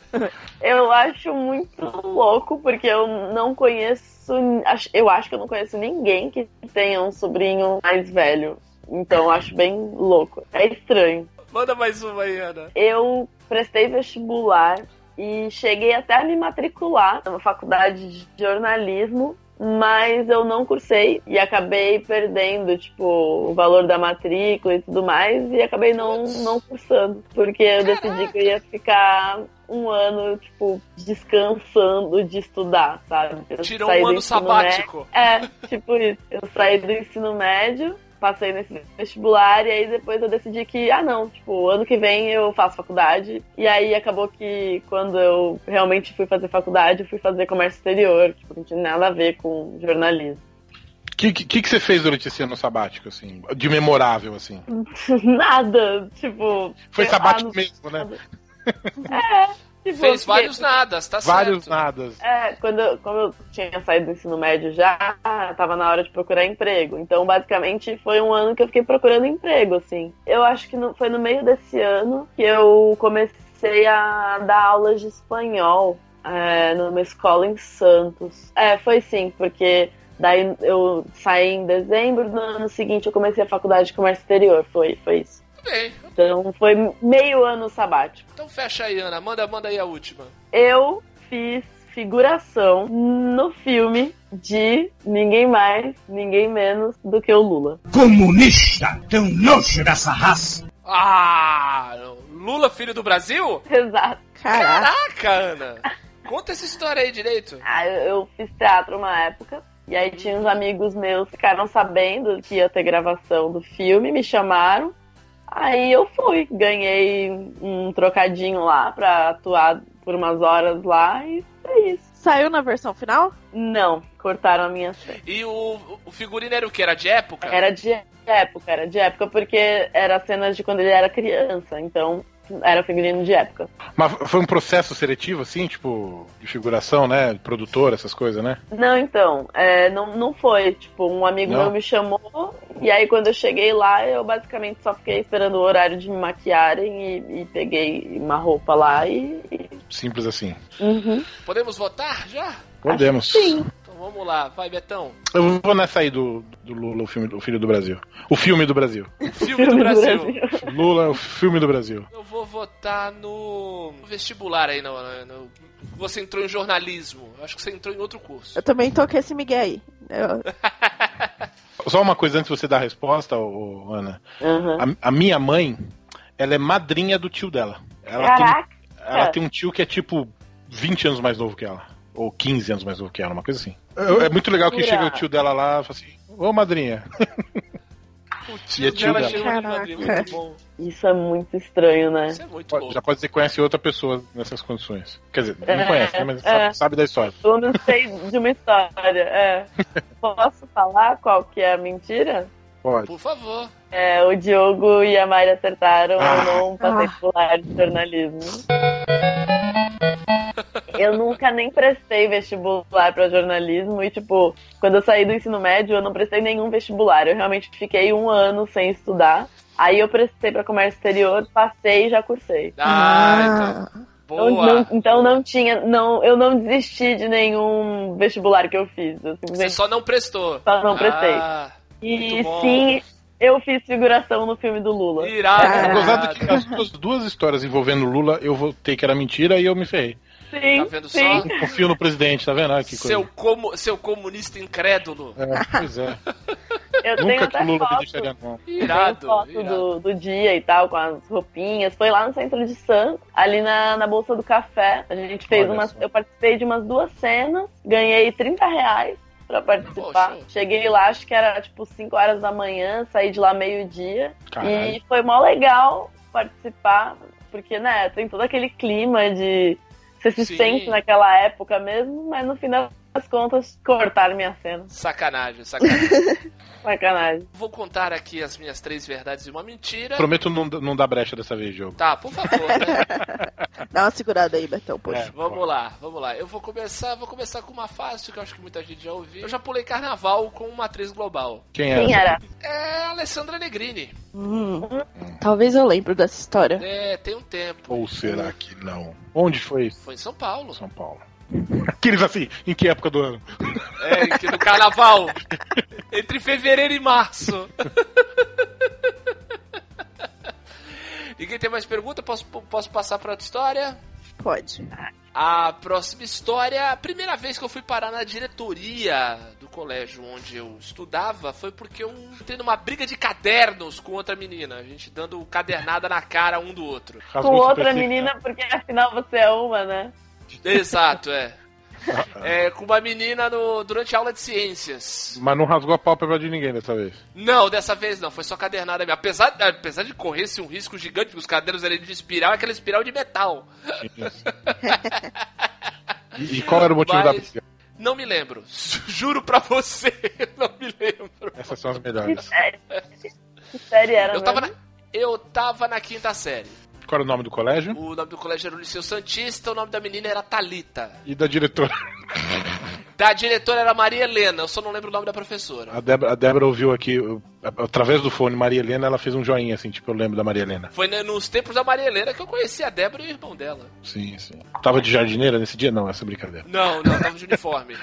S1: Eu acho muito louco, porque eu não conheço. ach- Eu acho que eu não conheço ninguém que tenha um sobrinho mais velho. Então eu acho bem louco. É estranho.
S2: Manda mais uma aí, Ana.
S1: Eu prestei vestibular e cheguei até a me matricular numa faculdade de jornalismo, mas eu não cursei e acabei perdendo, tipo, o valor da matrícula e tudo mais, e acabei não, não cursando, porque eu decidi que eu ia ficar um ano, tipo, descansando de estudar, sabe? Eu
S2: Tirou
S1: saí
S2: um
S1: do
S2: ano
S1: ensino médio-
S2: sabático.
S1: é, tipo isso. Eu saí do ensino médio, passei nesse vestibular e aí depois eu decidi que, ah não, tipo, ano que vem eu faço faculdade. E aí acabou que quando eu realmente fui fazer faculdade, eu fui fazer comércio exterior, tipo, não tinha nada a ver com jornalismo.
S5: que, que, que você fez durante esse ano sabático, assim? De memorável, assim?
S1: Nada, tipo. sei
S5: Foi
S1: lá,
S5: sabático
S1: não-
S5: mesmo,
S1: Tá
S5: né?
S1: tipo,
S2: Fez
S1: porque-
S2: vários nadas, tá
S5: Vários
S2: certo.
S5: nadas.
S1: É, quando eu, como eu tinha saído do ensino médio já, tava na hora de procurar emprego. Então, basicamente, foi um ano que eu fiquei procurando emprego, assim. Eu acho que no- foi no meio desse ano que eu comecei a dar aulas de espanhol é, numa escola em Santos. É, foi sim, porque daí eu saí em dezembro, no ano seguinte eu comecei a faculdade de comércio exterior, foi, foi isso.
S2: Tudo bem.
S1: Então, foi meio ano sabático.
S2: Então fecha aí, Ana. Manda, manda aí a última.
S1: eu fiz figuração no filme de ninguém mais, ninguém menos do que o Lula.
S4: Comunista, tão nojo dessa raça.
S2: Ah! Lula, filho do Brasil?
S1: Exato.
S3: Caraca.
S2: Caraca, Ana! Conta essa história aí direito.
S1: Ah, eu, eu fiz teatro uma época. E aí tinha uns amigos meus que ficaram sabendo que ia ter gravação do filme, me chamaram. Aí eu fui, ganhei um trocadinho lá pra atuar por umas horas lá e é isso.
S3: Saiu na versão final?
S1: Não, cortaram a minha cena.
S2: E o, o figurino era o que? Era de época?
S1: Era de época, era de época, porque era cenas de quando ele era criança, então era figurino de época.
S5: Mas foi um processo seletivo, assim, tipo, de figuração, né? Produtor, essas coisas, né?
S1: Não, então, é, não, não foi. Tipo, um amigo
S5: Não?
S1: meu me chamou, e aí quando eu cheguei lá, eu basicamente só fiquei esperando o horário de me maquiarem e, e peguei uma roupa lá e. e-
S5: Simples assim.
S1: Uhum.
S2: Podemos votar já?
S5: Podemos.
S1: Sim.
S2: Então vamos lá, vai Betão.
S5: Eu vou nessa aí do, do Lula, o, filme, o filho do Brasil. O filme do Brasil.
S2: O filme do Brasil.
S5: Lula, o filme do Brasil.
S2: Eu vou votar no no vestibular aí, no, no- Você entrou em jornalismo. Eu Acho que você entrou em outro curso.
S3: Eu também tô com esse Miguel aí. Eu-
S5: Só uma coisa antes de você dar a resposta, ô, ô, Ana.
S1: Uhum.
S5: A, a minha mãe, ela é madrinha do tio dela. Ela tem,
S1: Caraca,
S5: ela tem um tio que é tipo 20 anos mais novo que ela. Ou 15 anos mais novo que ela, uma coisa assim. É é muito legal que
S1: Jura?
S5: chega o tio dela lá e fala assim: Ô madrinha.
S2: O
S5: E
S2: tio
S5: a tio
S2: dela
S5: dela?
S2: chegou de Madrid,
S3: Caraca.
S2: muito bom.
S1: isso é muito estranho, né?
S2: Isso é muito
S5: Pode-
S2: bom.
S5: já pode dizer que conhece outra pessoa nessas condições. Quer dizer, não
S1: É,
S5: conhece, né? Mas
S1: é.
S5: sabe, sabe da história.
S1: Eu não sei de uma história. É. Posso falar qual que é a mentira?
S5: Pode.
S2: Por favor.
S1: É, o Diogo e a Mari acertaram,
S5: Ah.
S1: eu não passei por área de jornalismo. Eu nunca nem prestei vestibular pra jornalismo e, tipo, quando eu saí do ensino médio, eu não prestei nenhum vestibular. Eu realmente fiquei um ano sem estudar. Aí eu prestei pra comércio exterior, passei e já cursei.
S2: Ah, então.
S1: Então
S2: Boa.
S1: não, então não tinha, não, eu não desisti de nenhum vestibular que eu fiz. Eu
S2: Você
S1: simplesmente
S2: só não prestou.
S1: só não prestei.
S2: Ah,
S1: e
S2: muito bom.
S1: sim, eu fiz figuração no filme do Lula. É.
S2: irado. Tá
S5: Gozado que
S2: irado.
S5: as duas, duas histórias envolvendo Lula, eu votei que era mentira e eu me ferrei.
S1: Sim,
S2: Tá vendo
S1: sim.
S2: só?
S5: Não confio no presidente, tá vendo? Ah, que coisa.
S2: Seu, como, seu comunista incrédulo.
S5: É, pois é.
S1: Eu tenho
S5: Nunca que
S1: até
S5: o Lula me
S1: foto. É.
S5: deixaria na mão.
S1: Tenho
S2: Irado.
S1: foto
S2: irado.
S1: do, do dia e tal, com as roupinhas. Foi lá no centro de Santos, ali na, na Bolsa do Café. A gente fez
S5: Olha
S1: umas.
S5: só.
S1: Eu participei de umas duas cenas, ganhei 30 reais pra participar.
S2: Poxa.
S1: Cheguei lá, acho que era tipo 5 horas da manhã, saí de lá meio-dia.
S5: Caralho.
S1: E foi mó legal participar, porque, né, tem todo aquele clima de. Você se
S2: Sim.
S1: sente naquela época mesmo, mas no final das contas cortaram minha cena.
S2: Sacanagem, sacanagem.
S1: Sacanagem.
S2: Vou contar aqui as minhas três verdades e uma mentira.
S5: Prometo não, não dar brecha dessa vez, Diogo.
S2: Tá, por favor, né?
S3: Dá uma segurada aí, Betão, poxa.
S5: É.
S2: Vamos lá, vamos lá. Eu vou começar, vou começar com uma fácil que eu acho que muita gente já ouviu. Eu já pulei carnaval com uma atriz global.
S5: Quem é?
S1: Quem era?
S2: É a Alessandra Negrini.
S3: Hum, talvez eu lembro dessa história.
S2: É, tem um tempo.
S5: Ou será que não? Onde foi isso?
S2: Foi em São Paulo.
S5: São Paulo. Aqueles assim, em que época do ano?
S2: É, que no carnaval. Entre fevereiro e março. Ninguém tem mais pergunta? Posso, posso passar pra outra história?
S3: Pode.
S2: A próxima história, a primeira vez que eu fui parar na diretoria do colégio onde eu estudava foi porque eu entrei numa briga de cadernos com outra menina, a gente dando cadernada na cara um do outro.
S5: Rasgou
S1: com
S5: o
S1: outra
S5: supercílio.
S1: menina, porque afinal você é uma, né?
S2: Exato, é. É, com uma menina no, durante a aula de ciências.
S5: Mas não rasgou a pálpebra de ninguém dessa vez.
S2: Não, dessa vez não, foi só cadernada mesmo. Apesar, apesar de correr-se um risco gigante, porque os cadernos eram de espiral, é aquela espiral de metal.
S5: E, e qual era o motivo
S2: Mas-
S5: da briga?
S2: Não me lembro. Juro pra você, não me lembro.
S5: Essas são as melhores.
S1: É, Que série era, né?
S2: Eu tava
S1: mesmo?
S2: na, eu tava na quinta série.
S5: Qual era o nome do colégio?
S2: O nome do colégio era o Liceu Santista, o nome da menina era Talita.
S5: E da diretora.
S2: Da diretora era Maria Helena, eu só não lembro o nome da professora.
S5: A Débora, a Débora ouviu aqui, eu- através do fone, Maria Helena, ela fez um joinha, assim, tipo, eu lembro da Maria Helena.
S2: Foi né, nos tempos da Maria Helena que eu conheci a Débora e o irmão dela.
S5: Sim, sim. Tava de jardineira nesse dia? Não, essa é brincadeira.
S2: Não, não, tava de uniforme.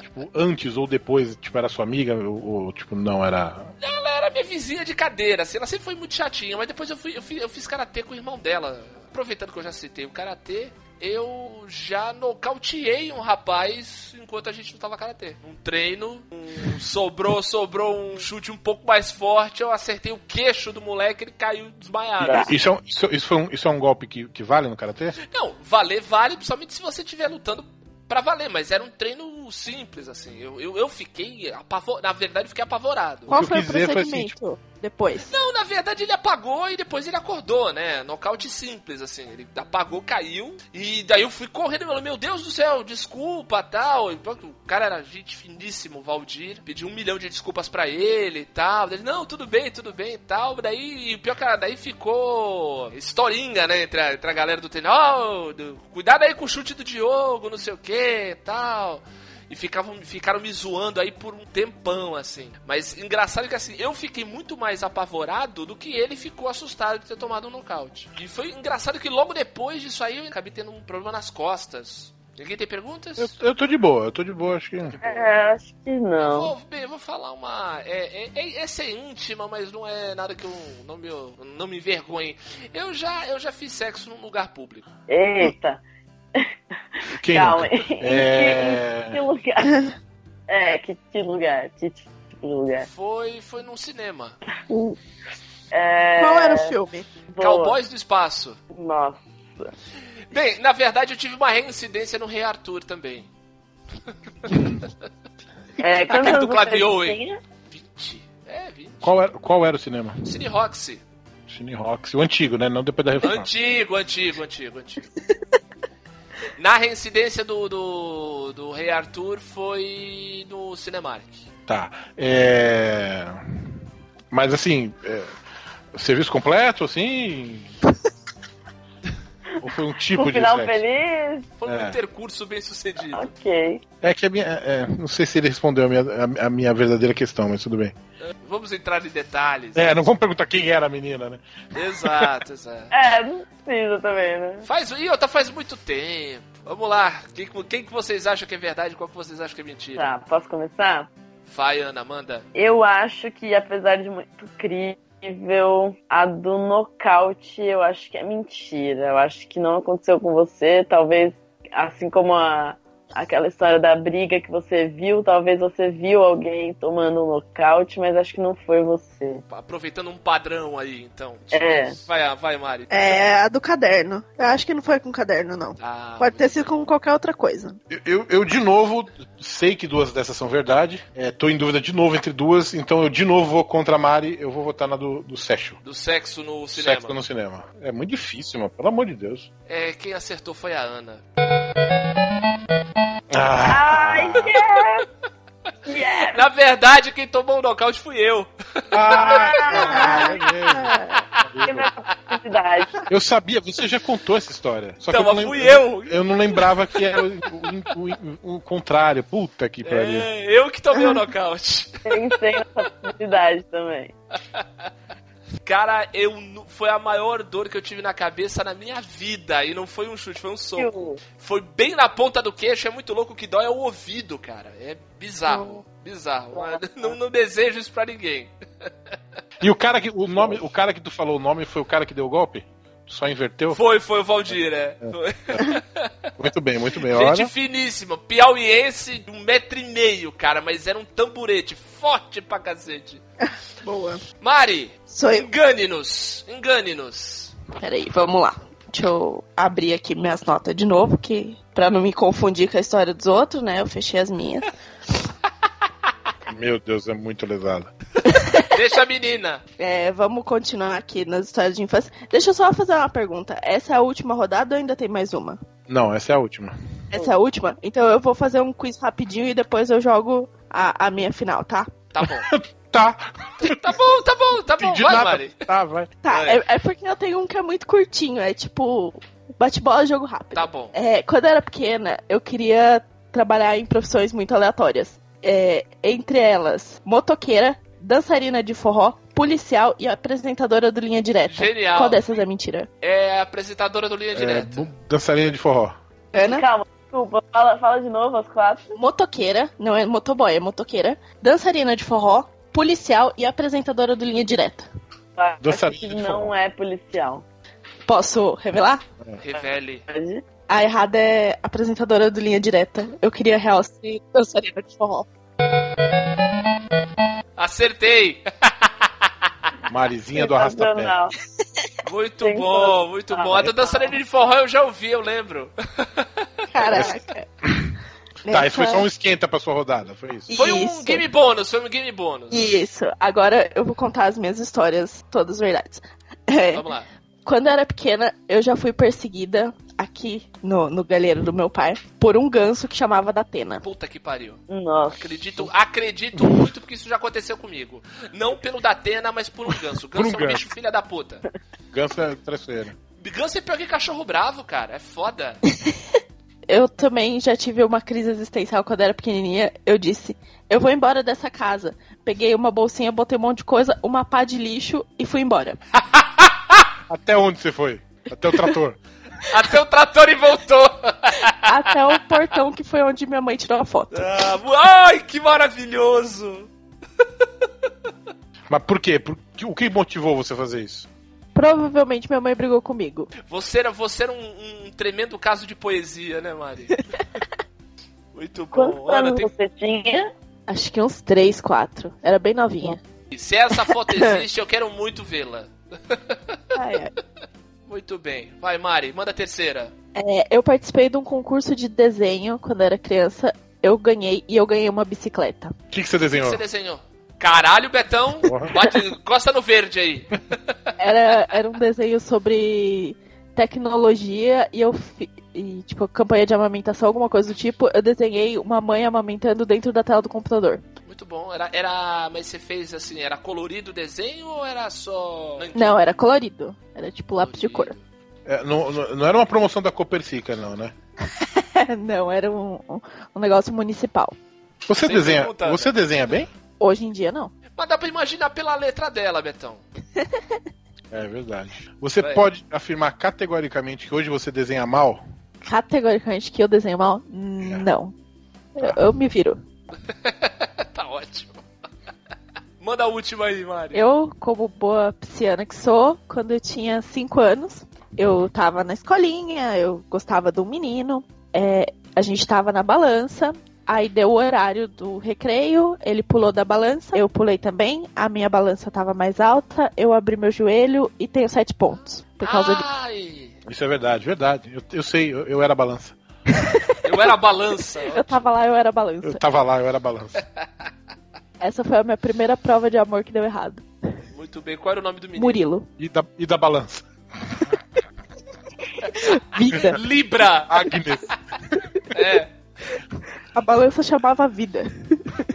S5: Tipo, antes ou depois, tipo, era sua amiga, ou, ou, tipo, não, era.
S2: Ela era minha vizinha de cadeira, assim, ela sempre foi muito chatinha, mas depois eu, fui, eu, fiz, eu fiz karatê com o irmão dela. Aproveitando que eu já citei o karatê, eu já nocauteei um rapaz enquanto a gente não tava karatê. Um treino, um- sobrou, sobrou um chute um pouco mais forte, eu acertei o queixo do moleque, ele caiu desmaiado.
S5: Isso é um, isso, isso foi um, isso é um golpe que, que vale no Karatê?
S2: Não, valer vale, principalmente se você estiver lutando pra valer, mas era um treino simples, assim. Eu, eu, eu fiquei apavorado. Na verdade, eu fiquei apavorado.
S3: Qual
S5: eu
S3: foi o
S5: quis dizer foi
S3: procedimento
S5: assim,
S3: depois?
S2: Não, na verdade ele apagou e depois ele acordou, né? Nocaute simples, assim. Ele apagou, caiu. E daí eu fui correndo e falei, meu Deus do céu, desculpa, tal. E pronto, o cara era gente finíssimo, o Valdir. Pedi um milhão de desculpas pra ele e tal. Ele, não, tudo bem, tudo bem e tal. Daí, e pior que daí ficou historinga, né? Entre a, entre a galera do treino. Ó, do- cuidado aí com o chute do Diogo, não sei o que tal. E ficavam, ficaram me zoando aí por um tempão, assim. Mas engraçado que assim, eu fiquei muito mais apavorado do que ele ficou assustado de ter tomado um nocaute. E foi engraçado que logo depois disso aí eu acabei tendo um problema nas costas. Ninguém tem perguntas?
S5: Eu, eu tô de boa, eu tô de boa, acho que.
S1: É, acho que não.
S2: Vou, bem, eu vou falar uma. É, é, é- essa é íntima, mas não é nada que eu não me, eu não me envergonhe. Eu já, eu já fiz sexo num lugar público.
S1: Eita.
S5: Quem
S1: Calma.
S5: nunca? É.
S1: Que lugar? É, que, que lugar? Que tipo de lugar?
S2: Foi, foi num cinema.
S1: É,
S3: Qual era o filme?
S1: boa.
S2: Cowboys do Espaço.
S1: Nossa.
S2: Bem, na verdade eu tive uma reincidência no Rei Arthur também.
S1: É, quantos
S2: cara do
S1: anos você
S2: Claviou, hein?
S1: tinha?
S2: 20? É, 20.
S5: Qual era, qual era o cinema?
S2: Cine Roxy.
S5: Cine Rocks. O antigo, né? Não depois da reforma.
S2: Antigo, antigo, antigo, antigo. Na reincidência do, do, do Rei Arthur foi no Cinemark.
S5: Tá. É. Mas assim. é, Serviço completo, assim. Ou foi um tipo
S1: Com
S5: de.
S1: final
S5: sexo?
S1: feliz?
S2: Foi um
S5: É.
S2: intercurso bem sucedido.
S1: Ok.
S5: É que a minha. é, não sei se ele respondeu a minha, a- a minha verdadeira questão, mas tudo bem.
S2: Vamos entrar em detalhes.
S5: É, não vamos perguntar quem era a menina, né?
S2: Exato, exato.
S1: É, não precisa também, né?
S2: Faz, e outra faz muito tempo. Vamos lá. Quem, que- quem que vocês acham que é verdade e qual que vocês acham que é mentira?
S1: Tá, posso começar?
S2: Vai, Ana, manda.
S1: Eu acho que, apesar de muito crível, a do nocaute eu acho que é mentira. Eu acho que não aconteceu com você. Talvez, assim como a, aquela história da briga que você viu, talvez você viu alguém tomando um nocaute, mas acho que não foi você.
S2: Aproveitando um padrão aí, então.
S1: É.
S2: Vai, vai, Mari.
S3: É, a do caderno. Eu acho que não foi com caderno, não.
S2: Ah,
S3: Pode ter sido com qualquer outra coisa.
S5: Eu- Eu, eu, de novo, sei que duas dessas são verdade. É, tô em dúvida de novo entre duas, então eu de novo vou contra a Mari, eu vou votar na do, do Session.
S2: Do sexo no cinema.
S5: Sexo no cinema. É muito difícil, mano. Pelo amor de Deus.
S2: É, quem acertou foi a Ana. Ah.
S1: Ai, yes! Yes!
S2: Na verdade, quem tomou o nocaute fui eu.
S5: Ah, cara,
S1: Quebra é a publicidade.
S5: eu sabia, você já contou essa história. Só
S2: então,
S5: que eu
S2: mas
S5: não
S2: fui
S5: lem-
S2: eu.
S5: Eu não lembrava que era o, o- o- o contrário. Puta que pariu.
S2: É, eu que tomei o nocaute.
S1: Pensei nessa publicidade também.
S2: Cara, eu nu- foi a maior dor que eu tive na cabeça na minha vida. E não foi um chute, foi um soco. Foi bem na ponta do queixo, é muito louco. O que dói é o ouvido, cara. É bizarro. Bizarro. Não, não desejo isso pra ninguém.
S5: E o cara que. O, nome, o cara que tu falou o nome foi o cara que deu o golpe? Só inverteu?
S2: Foi, foi o Valdir, é. Foi.
S5: Muito bem, muito bem.
S2: Gente
S5: Olha.
S2: finíssima, piauiense de um metro e meio, cara, mas era um tamburete forte pra cacete.
S3: Boa.
S2: Mari,
S3: Sou eu.
S2: engane-nos, engane-nos.
S3: Peraí, vamos lá. Deixa eu abrir aqui minhas notas de novo, que pra não me confundir com a história dos outros, né? Eu fechei as minhas.
S5: Meu Deus, é muito lesado.
S2: Deixa a menina.
S3: É, vamos continuar aqui nas histórias de infância. Deixa eu só fazer uma pergunta. Essa é a última rodada ou ainda tem mais uma?
S5: Não, essa é a última.
S3: Essa é a última? Então eu vou fazer um quiz rapidinho e depois eu jogo a, a minha final, tá?
S2: Tá bom.
S5: Tá,
S2: Tá bom, tá bom, tá bom.
S5: entendi
S2: Vai,
S5: nada.
S2: Mari.
S5: Tá, vai.
S3: Tá,
S2: É.
S3: é, é porque eu tenho um que é muito curtinho, é tipo bate-bola, jogo rápido.
S2: Tá bom.
S3: É, quando eu era pequena, eu queria trabalhar em profissões muito aleatórias. É, entre elas, motoqueira, dançarina de forró, policial e apresentadora do Linha Direta.
S2: Genial.
S3: Qual dessas é mentira?
S2: É a apresentadora do Linha
S5: É,
S2: Direta.
S5: bu- dançarina de forró.
S3: Ana?
S1: Calma, desculpa. Fala, fala de novo as quatro.
S3: Motoqueira, não é motoboy, é motoqueira, dançarina de forró, policial e apresentadora do Linha Direta.
S1: Acho
S5: Dançarina
S1: que
S5: de
S1: não
S5: forró.
S1: é policial.
S3: Posso revelar?
S2: Revele.
S1: Pode?
S3: A errada é apresentadora do Linha Direta. Eu queria real ser dançarina de forró.
S2: Acertei!
S5: Marizinha do arrastapé.
S1: Sensacional.
S2: Muito
S1: Tem
S2: bom, muito
S1: Ah,
S2: bom. A da
S3: é.
S2: dançarina de forró eu já ouvi, eu lembro.
S3: Caraca.
S5: Tá, isso foi
S3: Nessa-
S5: só um esquenta pra sua rodada, foi isso?
S2: Foi um
S3: Isso.
S2: game bônus, foi um game bônus.
S3: Isso, agora eu vou contar as minhas histórias, todas verdades. É,
S5: Tá
S2: Vamos lá.
S3: quando eu era pequena, eu já fui perseguida aqui no, no galheiro do meu pai por um ganso que chamava Datena.
S2: Puta que pariu.
S1: Nossa.
S2: Acredito, acredito muito porque isso já aconteceu comigo. Não pelo Datena, mas por um ganso.
S5: Por um
S2: Ganso é um
S5: ganso.
S2: bicho filha da puta.
S5: Ganso é traiçoeira.
S2: Ganso é pior que cachorro bravo, cara. É foda.
S3: Eu também já tive uma crise existencial quando eu era pequenininha. Eu disse: Eu vou embora dessa casa. Peguei uma bolsinha, botei um monte de coisa, uma pá de lixo e fui embora.
S5: Até onde você foi? Até o trator.
S2: Até o trator e voltou.
S3: Até o portão que foi onde minha mãe tirou a foto.
S2: Ah, mu- Ai, que maravilhoso.
S5: Mas por quê? Por, que- o que motivou você a fazer isso?
S3: Provavelmente minha mãe brigou comigo.
S2: Você era, você era um, um tremendo caso de poesia, né, Mari? Muito bom.
S1: Quantos
S2: Ana,
S1: anos
S2: tem...
S1: você tinha?
S3: Acho que uns 3, 4. Era bem novinha.
S2: Se essa foto existe, eu quero muito vê-la.
S3: Ai, ai.
S2: Muito bem. Vai, Mari, manda a terceira.
S3: É, eu participei de um concurso de desenho quando eu era criança. Eu ganhei e eu ganhei uma bicicleta.
S5: O que, que você
S2: O que
S5: desenhou?
S2: você desenhou? Caralho, Betão.
S5: Porra.
S2: Bate, gosta no verde aí.
S3: Era, era um desenho sobre tecnologia e eu fi- e, tipo campanha de amamentação, alguma coisa do tipo. Eu desenhei uma mãe amamentando dentro da tela do computador.
S2: Muito bom. Era, era... Mas você fez assim, era colorido o desenho ou era só...
S3: Não, era colorido. Era tipo lápis de cor.
S5: É, não, não- não era uma promoção da Copercica, não, né?
S3: Não, era um, um- um negócio municipal.
S5: Você,
S2: Sem
S5: desenha,
S2: perguntar, né?
S5: você desenha bem?
S3: Hoje em dia não.
S2: Mas dá pra imaginar pela letra dela, Betão.
S5: É verdade. Você
S2: Vai.
S5: pode afirmar categoricamente que hoje você desenha mal?
S3: Categoricamente que eu desenho mal, não. Eu, eu me viro.
S2: tá ótimo. Manda a última aí, Mari.
S3: Eu, como boa pisciana que sou, quando eu tinha 5 anos, eu tava na escolinha, eu gostava de um menino, é, a gente tava na balança, aí deu o horário do recreio, ele pulou da balança, eu pulei também, a minha balança tava mais alta, eu abri meu joelho e tenho 7 pontos. Por
S2: Ah!
S3: causa de.
S2: Ai,
S5: Isso é verdade, verdade. Eu, eu sei, eu, eu era balança.
S2: eu era a balança.
S3: Eu tava lá, eu era balança.
S5: Eu tava lá, eu era balança.
S3: Essa foi a minha primeira prova de amor que deu errado.
S2: Muito bem, qual era o nome do menino?
S3: Murilo.
S5: E da, e da balança?
S3: Vida.
S2: Libra!
S5: Agnes.
S2: É,
S3: A balança chamava vida.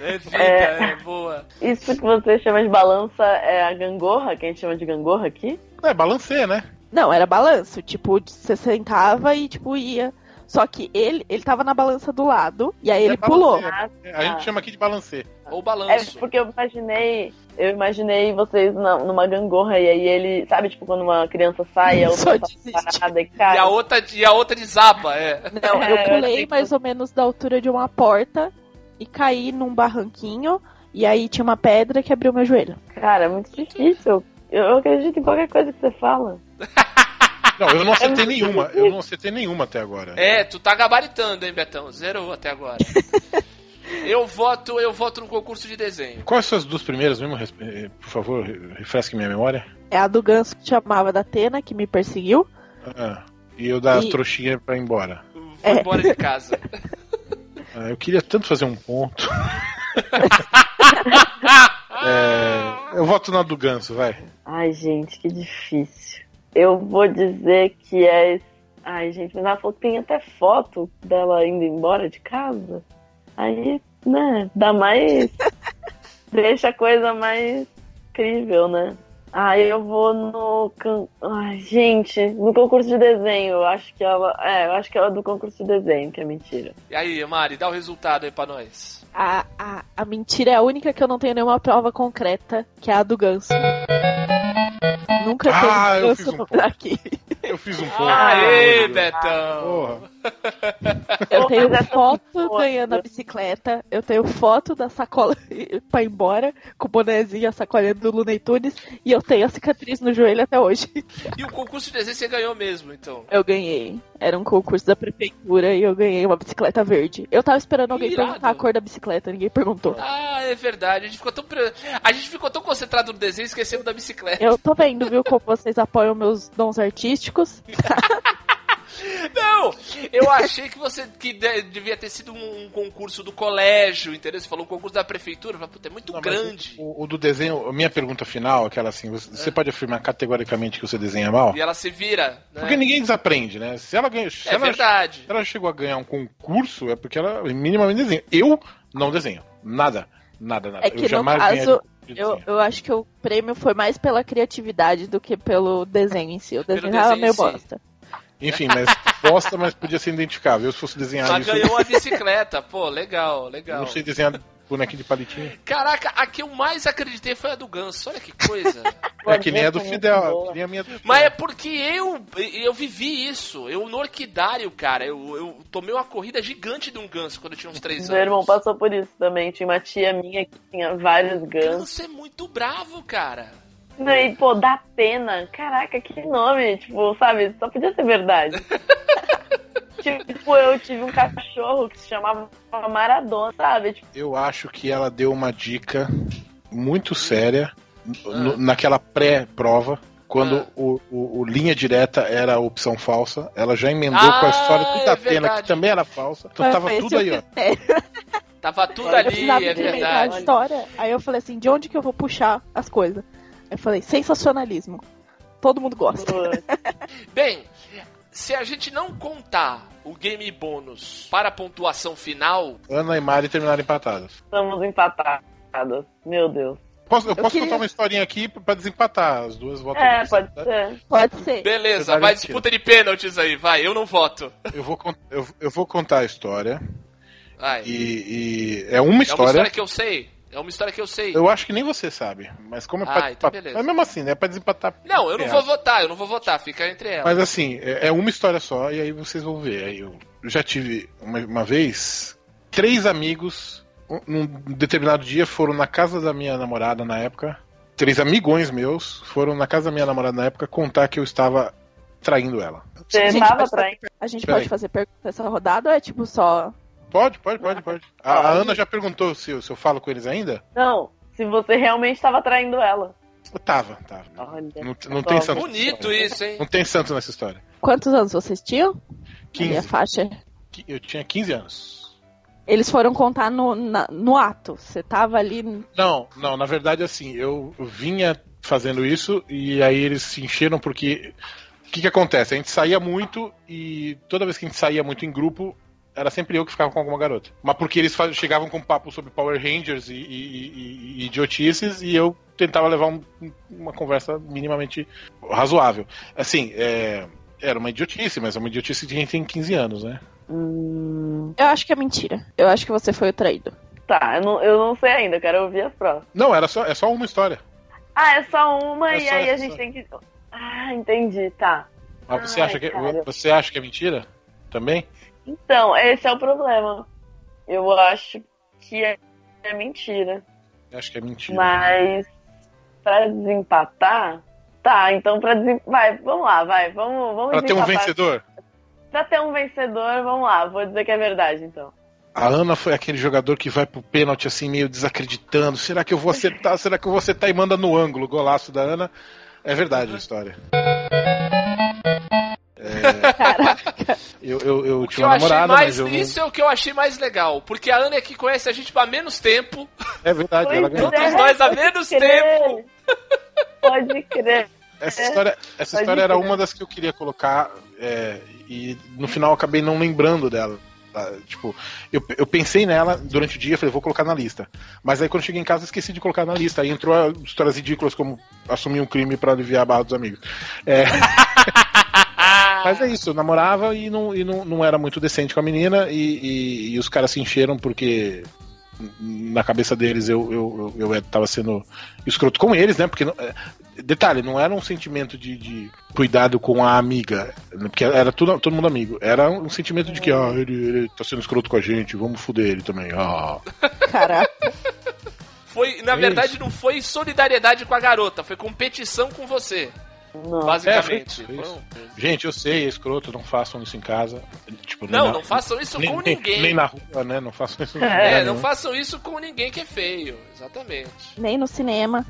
S2: é vida, é,
S1: É.
S2: boa.
S1: Isso que você chama de balança é a gangorra, que a gente chama de gangorra aqui?
S5: É, balancê, né?
S3: Não, era balanço. Tipo, você sentava e, tipo, ia. Só que ele, ele tava na balança do lado, e aí ele
S5: É
S3: pulou.
S5: balancê,
S2: Ah,
S5: né? A gente chama aqui de balancê.
S2: Ou
S1: É
S2: balanço.
S1: porque eu imaginei, eu imaginei vocês na- numa gangorra e aí ele, sabe, tipo quando uma criança sai, ela
S3: Só
S1: tá
S3: desiste.
S1: parada e
S2: E
S1: cai.
S2: a outra, e a outra desaba, é.
S5: né?
S3: Não,
S1: É,
S3: eu
S1: eu achei
S3: pulei
S1: que
S3: mais ou menos da altura de uma porta e caí num barranquinho, e aí tinha uma pedra que abriu meu joelho.
S1: Cara, é muito difícil. Eu eu acredito em qualquer coisa que você fala.
S5: Não, eu não acertei
S1: muito
S5: nenhuma.
S1: difícil.
S5: Eu não acertei nenhuma até agora.
S2: um É, tu tá gabaritando, hein, Betão? Zerou até agora. Eu voto, eu voto no concurso de desenho.
S5: Quais são as duas primeiras mesmo? Respe- eh, Por favor, re- refresque minha memória.
S3: É a do ganso que chamava da Atena, que me perseguiu.
S5: Ah, e eu dar as
S3: E-
S5: trouxinhas pra ir embora.
S2: Vou
S3: É.
S2: embora de casa.
S5: Ah, eu queria tanto fazer um ponto. É, eu voto na do Ganso, vai.
S1: Ai, gente, que difícil. Eu vou dizer que é Ai, gente, mas ela falou que tem até foto dela indo embora de casa. Aí, né, dá mais. Deixa a coisa mais incrível, né? Ah, eu vou no. can- Ai, gente, no concurso de desenho. Eu acho que ela. É, eu acho que ela é do concurso de desenho, que é mentira.
S2: E aí, Mari, dá o resultado aí pra nós.
S3: A, a, a mentira é a única que eu não tenho nenhuma prova concreta, que é a do ganso. Nunca
S5: Ah,
S3: teve
S5: eu
S3: ganso
S5: fiz um
S3: no
S5: ponto.
S3: aqui.
S5: Eu fiz um ponto.
S2: Aê,
S5: pelo amor de Deus.
S2: Betão!
S5: Porra.
S3: Eu
S1: Pô,
S3: tenho
S1: mas essa
S3: foto
S1: foto-
S3: ganhando a bicicleta, eu tenho foto da sacola pra ir embora, com o bonezinho, a sacolinha do Looney Tunes, e eu tenho a cicatriz no joelho até hoje.
S2: E o concurso de desenho você ganhou mesmo, então.
S3: Eu ganhei. Era um concurso da prefeitura e eu ganhei uma bicicleta verde. Eu tava esperando alguém
S2: Irado.
S3: perguntar a cor da bicicleta, ninguém perguntou.
S2: Ah, é verdade. A gente ficou tão, pre- a gente ficou tão concentrado no desenho e esquecemos da bicicleta.
S3: Eu tô vendo, viu, como vocês apoiam meus dons artísticos.
S2: Não! Eu achei que você que de- devia ter sido um, um concurso do colégio, entendeu? Você falou um concurso da prefeitura, eu falei, puta, é muito
S5: Não, mas
S2: grande.
S5: O, o do desenho, a minha pergunta final, aquela assim, você, você pode afirmar categoricamente que você desenha mal?
S2: E ela se vira. Né?
S5: Porque ninguém desaprende, né? Se ela ganha. Se
S2: É
S5: ela,
S2: verdade.
S5: se ela chegou a ganhar um concurso, é porque ela minimamente desenha. Eu não desenho. Nada. Nada, nada.
S3: É que
S5: eu
S3: no
S5: jamais
S3: caso,
S5: ganharia um de
S3: Eu,
S5: desenho.
S3: eu acho que o prêmio foi mais pela criatividade do que pelo desenho em si. O
S2: Pelo
S3: desenho era
S2: desenho em
S3: meio
S2: si.
S3: bosta.
S5: Enfim, mas bosta, mas podia ser identificável. Eu, se fosse desenhar
S2: Ela
S5: isso,
S2: ganhou a bicicleta. Pô, legal,
S5: eu
S2: legal.
S5: não sei desenhar bonequinho de palitinho.
S2: Caraca, a que eu mais acreditei foi a do Ganso. Olha que coisa.
S5: É que nem a do
S1: Muito
S5: Fidel.
S1: boa.
S5: Que nem a minha do Fidel.
S2: Mas é porque eu eu vivi isso. Eu no orquidário, cara, eu, eu tomei uma corrida gigante de um ganso quando eu tinha uns três
S1: Meu irmão
S2: anos.
S1: passou por isso também. Tinha uma tia minha que tinha vários gansos.
S2: Ganso é muito bravo, cara.
S1: E, pô, dá pena. Caraca, que nome. Tipo, sabe? Só podia ser verdade. tipo, eu tive um cachorro que se chamava Maradona, sabe? Tipo,
S5: Eu acho que ela deu uma dica muito séria no- naquela pré-prova. Quando
S2: Ah.
S5: o, o- o linha direta era a opção falsa, ela já emendou com a
S2: Ah,
S5: história do
S2: é
S5: Datena, que
S2: verdade.
S5: também era falsa. Então
S3: Mas
S5: tava
S3: foi esse
S5: tudo
S3: o
S5: aí, ó.
S3: critério.
S2: Tava tudo
S1: Eu
S3: Eu
S2: ali,
S3: precisava
S2: é
S3: inventar a
S2: verdade.
S3: história. Aí eu falei assim, de onde que eu vou puxar as coisas? Eu falei, sensacionalismo. Todo mundo gosta.
S2: Bem, se a gente não contar o game bônus para a pontuação final,
S5: Ana e Mari terminaram empatadas.
S1: estamos empatadas. Meu Deus.
S5: Posso, eu, posso
S3: queria-
S5: contar uma historinha aqui pra desempatar as duas voltas.
S1: É, pode
S5: né?
S1: ser.
S3: Pode
S1: É.
S3: ser.
S2: beleza,
S5: Verdade,
S2: vai
S5: mentira.
S2: disputa de pênaltis aí, vai, eu não voto.
S5: Eu vou, con- eu, eu vou contar a história.
S2: Vai.
S5: E, e é uma
S2: É uma
S5: história.
S2: história que eu sei. É uma história que eu sei.
S5: Eu acho que nem você sabe. Mas como é
S2: Ah,
S5: pra
S2: então
S5: desempatar-
S2: beleza.
S5: Mas mesmo assim, né? É pra desempatar.
S2: Não, eu não
S5: É.
S2: vou votar, eu não vou votar, fica entre elas.
S5: Mas assim, é é uma história só, e aí vocês vão ver. Aí eu eu já tive uma, uma vez três amigos, um- num determinado dia, foram na casa da minha namorada na época. Três amigões meus foram na casa da minha namorada na época contar que eu estava traindo ela.
S1: Você
S3: Gente,
S1: tava
S3: mas-
S1: traindo.
S3: A gente
S5: Peraí.
S3: pode fazer pergunta nessa rodada ou é tipo só.
S5: Pode, pode, pode, pode. A, a Ana já perguntou se eu, se eu falo com eles ainda?
S1: Não, se você realmente tava traindo ela.
S5: Eu tava, tava.
S1: Olha.
S5: Não, não tem
S1: Ó,
S5: santo.
S2: é Bonito isso, hein?
S5: Não tem santo nessa história.
S3: Quantos anos vocês tinham? Ali a
S5: 15.
S3: faixa.
S5: Qui- Eu tinha 15 anos.
S3: Eles foram contar no, na- no ato. Você tava ali.
S5: Não, não, na verdade, assim, eu vinha fazendo isso e aí eles se encheram porque. O que, que acontece? A gente saía muito e toda vez que a gente saía muito em grupo, era sempre eu que ficava com alguma garota. Mas porque eles fa- chegavam com um papo sobre Power Rangers e, e- e- e idiotices e eu tentava levar um- um- uma conversa minimamente razoável. Assim, é, era uma idiotice, mas é uma idiotice de quem tem 15 anos, né?
S1: Hum,
S3: Eu acho que é mentira. Eu acho que você foi o traído.
S1: tá, eu não, eu não sei ainda, eu quero ouvir as próximas.
S5: Não, era só, é só uma história.
S1: Ah, é só uma
S5: É
S1: e
S5: só
S1: aí a
S5: essa.
S1: gente tem que. Ah, entendi, tá.
S5: Mas você,
S1: Ai,
S5: acha que,
S1: cara.
S5: você acha que é mentira? Também?
S1: Então, esse é o problema. Eu acho que é, é mentira.
S5: Eu acho que é mentira.
S1: Mas pra desempatar, tá, então pra desem... vai, vamos lá, vai, vamos, vamos
S5: Pra ter um
S1: desempatar.
S5: vencedor?
S1: Pra ter um vencedor, vamos lá, vou dizer que é verdade, então.
S5: A Ana foi aquele jogador que vai pro pênalti assim, meio desacreditando. Será que eu vou acertar? Será que eu vou acertar? E manda no ângulo. Golaço da Ana. É verdade a história. É,
S3: Caraca.
S5: Eu, eu, eu
S2: O que
S5: tinha
S2: eu
S5: uma
S2: achei
S5: namorada,
S2: mais.
S5: mas eu não...
S2: Isso é o que eu achei mais legal. Porque a Ana é que conhece a gente há menos tempo.
S5: É verdade, ela
S1: Pois
S5: ganhou.
S1: é,
S2: Todos nós há menos
S1: pode
S2: tempo.
S1: crer. Pode crer.
S5: Essa história, essa
S1: Mas
S5: história era
S1: isso, né?
S5: uma das que eu queria colocar é, E no final eu acabei não lembrando dela. tá? Tipo, eu, eu pensei nela durante o dia, falei, vou colocar na lista. Mas aí quando eu cheguei em casa, eu esqueci de colocar na lista. Aí entrou a- histórias ridículas como assumir um crime pra aliviar a barra dos amigos. É. Mas é isso, eu namorava e não, e não, não era muito decente com a menina, e, e- e os caras se encheram porque na cabeça deles eu, eu, eu, eu tava sendo escroto com eles, né? Porque, não- é, detalhe, não era um sentimento de, de cuidado com a amiga, né, porque era tudo, todo mundo amigo, era um sentimento de que, ah, ele, ele tá sendo escroto com a gente, vamos foder ele também, ah.
S3: Caraca.
S2: Foi, na
S5: Isso.
S2: verdade, não foi solidariedade com a garota, foi competição com você,
S1: Não.
S2: basicamente.
S5: É, foi isso,
S2: Foi um-
S5: Gente, eu sei, é escroto, não façam isso em casa. Tipo, nem
S2: Não,
S5: na-
S2: não façam isso
S5: nem,
S2: com
S5: nem-
S2: ninguém.
S5: Nem na rua, né? Não façam isso né? em lugar
S2: É,
S5: nenhum.
S2: não façam isso com ninguém que é feio, exatamente.
S3: Nem no cinema.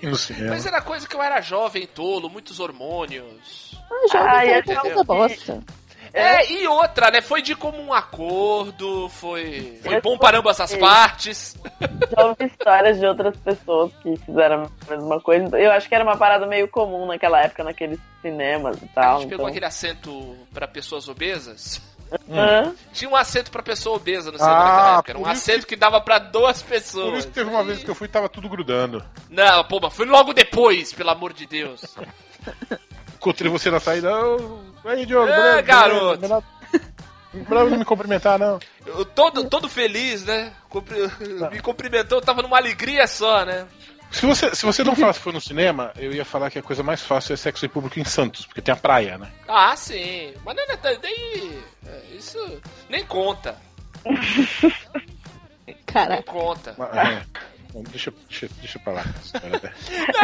S5: E no cinema.
S2: Mas era coisa que eu era jovem, tolo, muitos hormônios.
S3: Ah, jogo
S1: Ai,
S3: é
S1: eu
S3: coisa
S1: já
S3: bosta.
S2: É, e outra, né? Foi de comum acordo, foi. Foi
S1: Eu
S2: bom paramba essas
S1: sei.
S2: partes.
S1: Já ouvi histórias de outras pessoas que fizeram a mesma coisa. Eu acho que era uma parada meio comum naquela época, naqueles cinemas e
S2: A
S1: tal.
S2: gente pegou
S1: então.
S2: aquele assento pra pessoas obesas.
S1: Hã?
S2: Tinha um assento pra pessoa obesa no cinema
S5: Ah,
S2: naquela época. Era um
S5: por isso
S2: assento que dava pra duas pessoas.
S5: Por isso que teve uma vez que eu fui e tava tudo grudando.
S2: Não, pô, mas foi logo depois, pelo amor de Deus.
S5: Encontrei você na saída. eu- Aí, Diogo.
S2: É,
S5: beleza,
S2: garoto.
S5: beleza, beleza. Bravo não me cumprimentar, não.
S2: Eu todo, todo feliz, né? Cumpri- Me cumprimentou, eu tava numa alegria só, né?
S5: Se você, se você não falasse que foi no cinema, eu ia falar que a coisa mais fácil é sexo em público em Santos, porque tem a praia, né?
S2: Ah, sim. Mas não é tão- daí. é, Isso nem conta. Nem
S3: Cara,
S2: conta.
S1: Ah,
S5: Mas, é. Bom, Deixa, deixa, deixa pra lá.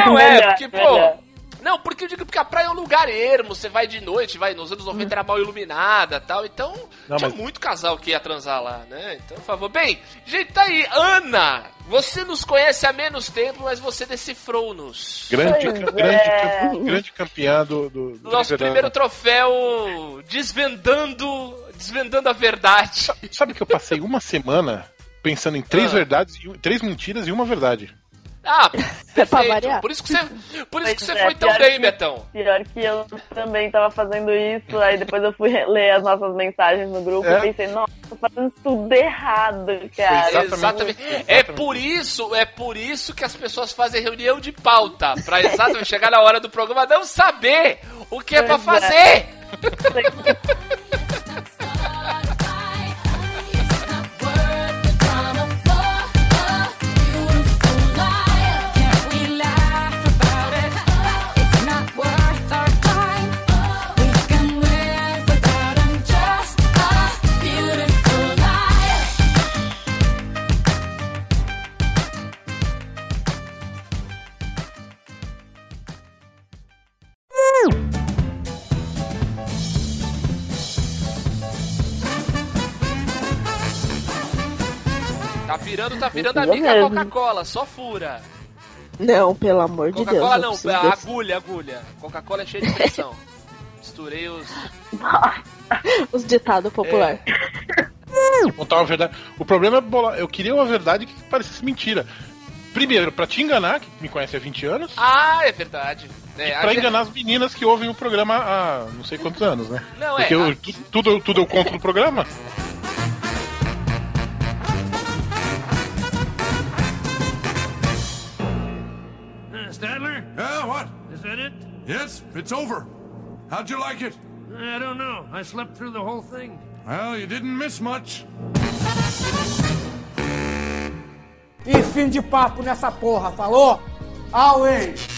S2: Não, é,
S1: Melhor,
S2: porque,
S1: melhor.
S2: pô. Não, porque eu digo porque a praia é um lugar ermo, você vai de noite, vai. Nos anos 90 era mal iluminada tal, então
S5: Não,
S2: tinha
S5: mas-
S2: muito casal que ia transar lá, né? Então, por favor. Bem, gente, tá aí. Ana, você nos conhece há menos tempo, mas você decifrou-nos.
S5: Grande,
S1: Pois
S5: grande,
S1: é.
S5: grande, grande campeã do. do, do
S2: Nosso
S5: verão.
S2: primeiro troféu desvendando. Desvendando a verdade.
S5: Sabe que eu passei uma semana pensando em três
S2: Ah.
S5: verdades, e- um, três mentiras e uma verdade.
S2: Ah,
S3: é pra
S2: perfeito.
S3: variar.
S2: Por isso que você, por isso que
S1: Pois
S2: você
S1: é,
S2: foi tão
S1: pior
S2: bem,
S1: que-
S2: Betão.
S1: Pior que eu também tava fazendo isso, aí depois eu fui ler as nossas mensagens no grupo
S5: É.
S1: e pensei, nossa, tô fazendo tudo errado, cara.
S5: Exatamente.
S2: Exatamente.
S5: Exatamente.
S2: É por isso, é por isso que as pessoas fazem reunião de pauta, Pra exatamente chegar na hora do programa não saber o que é pra
S1: Pois é.
S2: fazer. Tá virando, tá virando
S1: Isso
S2: amiga
S1: é mesmo.
S2: Coca-Cola, só fura.
S3: Não, pelo amor de Deus.
S2: Coca-Cola
S3: eu
S2: não,
S3: preciso
S2: a
S3: desse-
S2: agulha, agulha. Coca-Cola é cheia de pressão. Misturei os.
S3: Os ditados populares.
S5: Contar uma verdade. O problema é bolar. Eu queria uma verdade que parecesse mentira. Primeiro, pra te enganar, que me conhece há 20 anos.
S2: Ah, é verdade. É, a
S5: Pra
S2: gente-
S5: enganar as meninas que ouvem o programa há não sei quantos anos, né?
S2: Não, é.
S5: Porque eu-
S2: a-
S5: tu- tudo, eu- tudo eu conto no programa.
S6: Uh, Stadler?
S7: Yeah, Uh, what?
S6: Is that it?
S7: Yes, it's over. How'd you like it?
S6: I don't know. I slept through the whole thing.
S7: Well, you didn't miss much.
S8: E fim de papo nessa porra, falou? Always!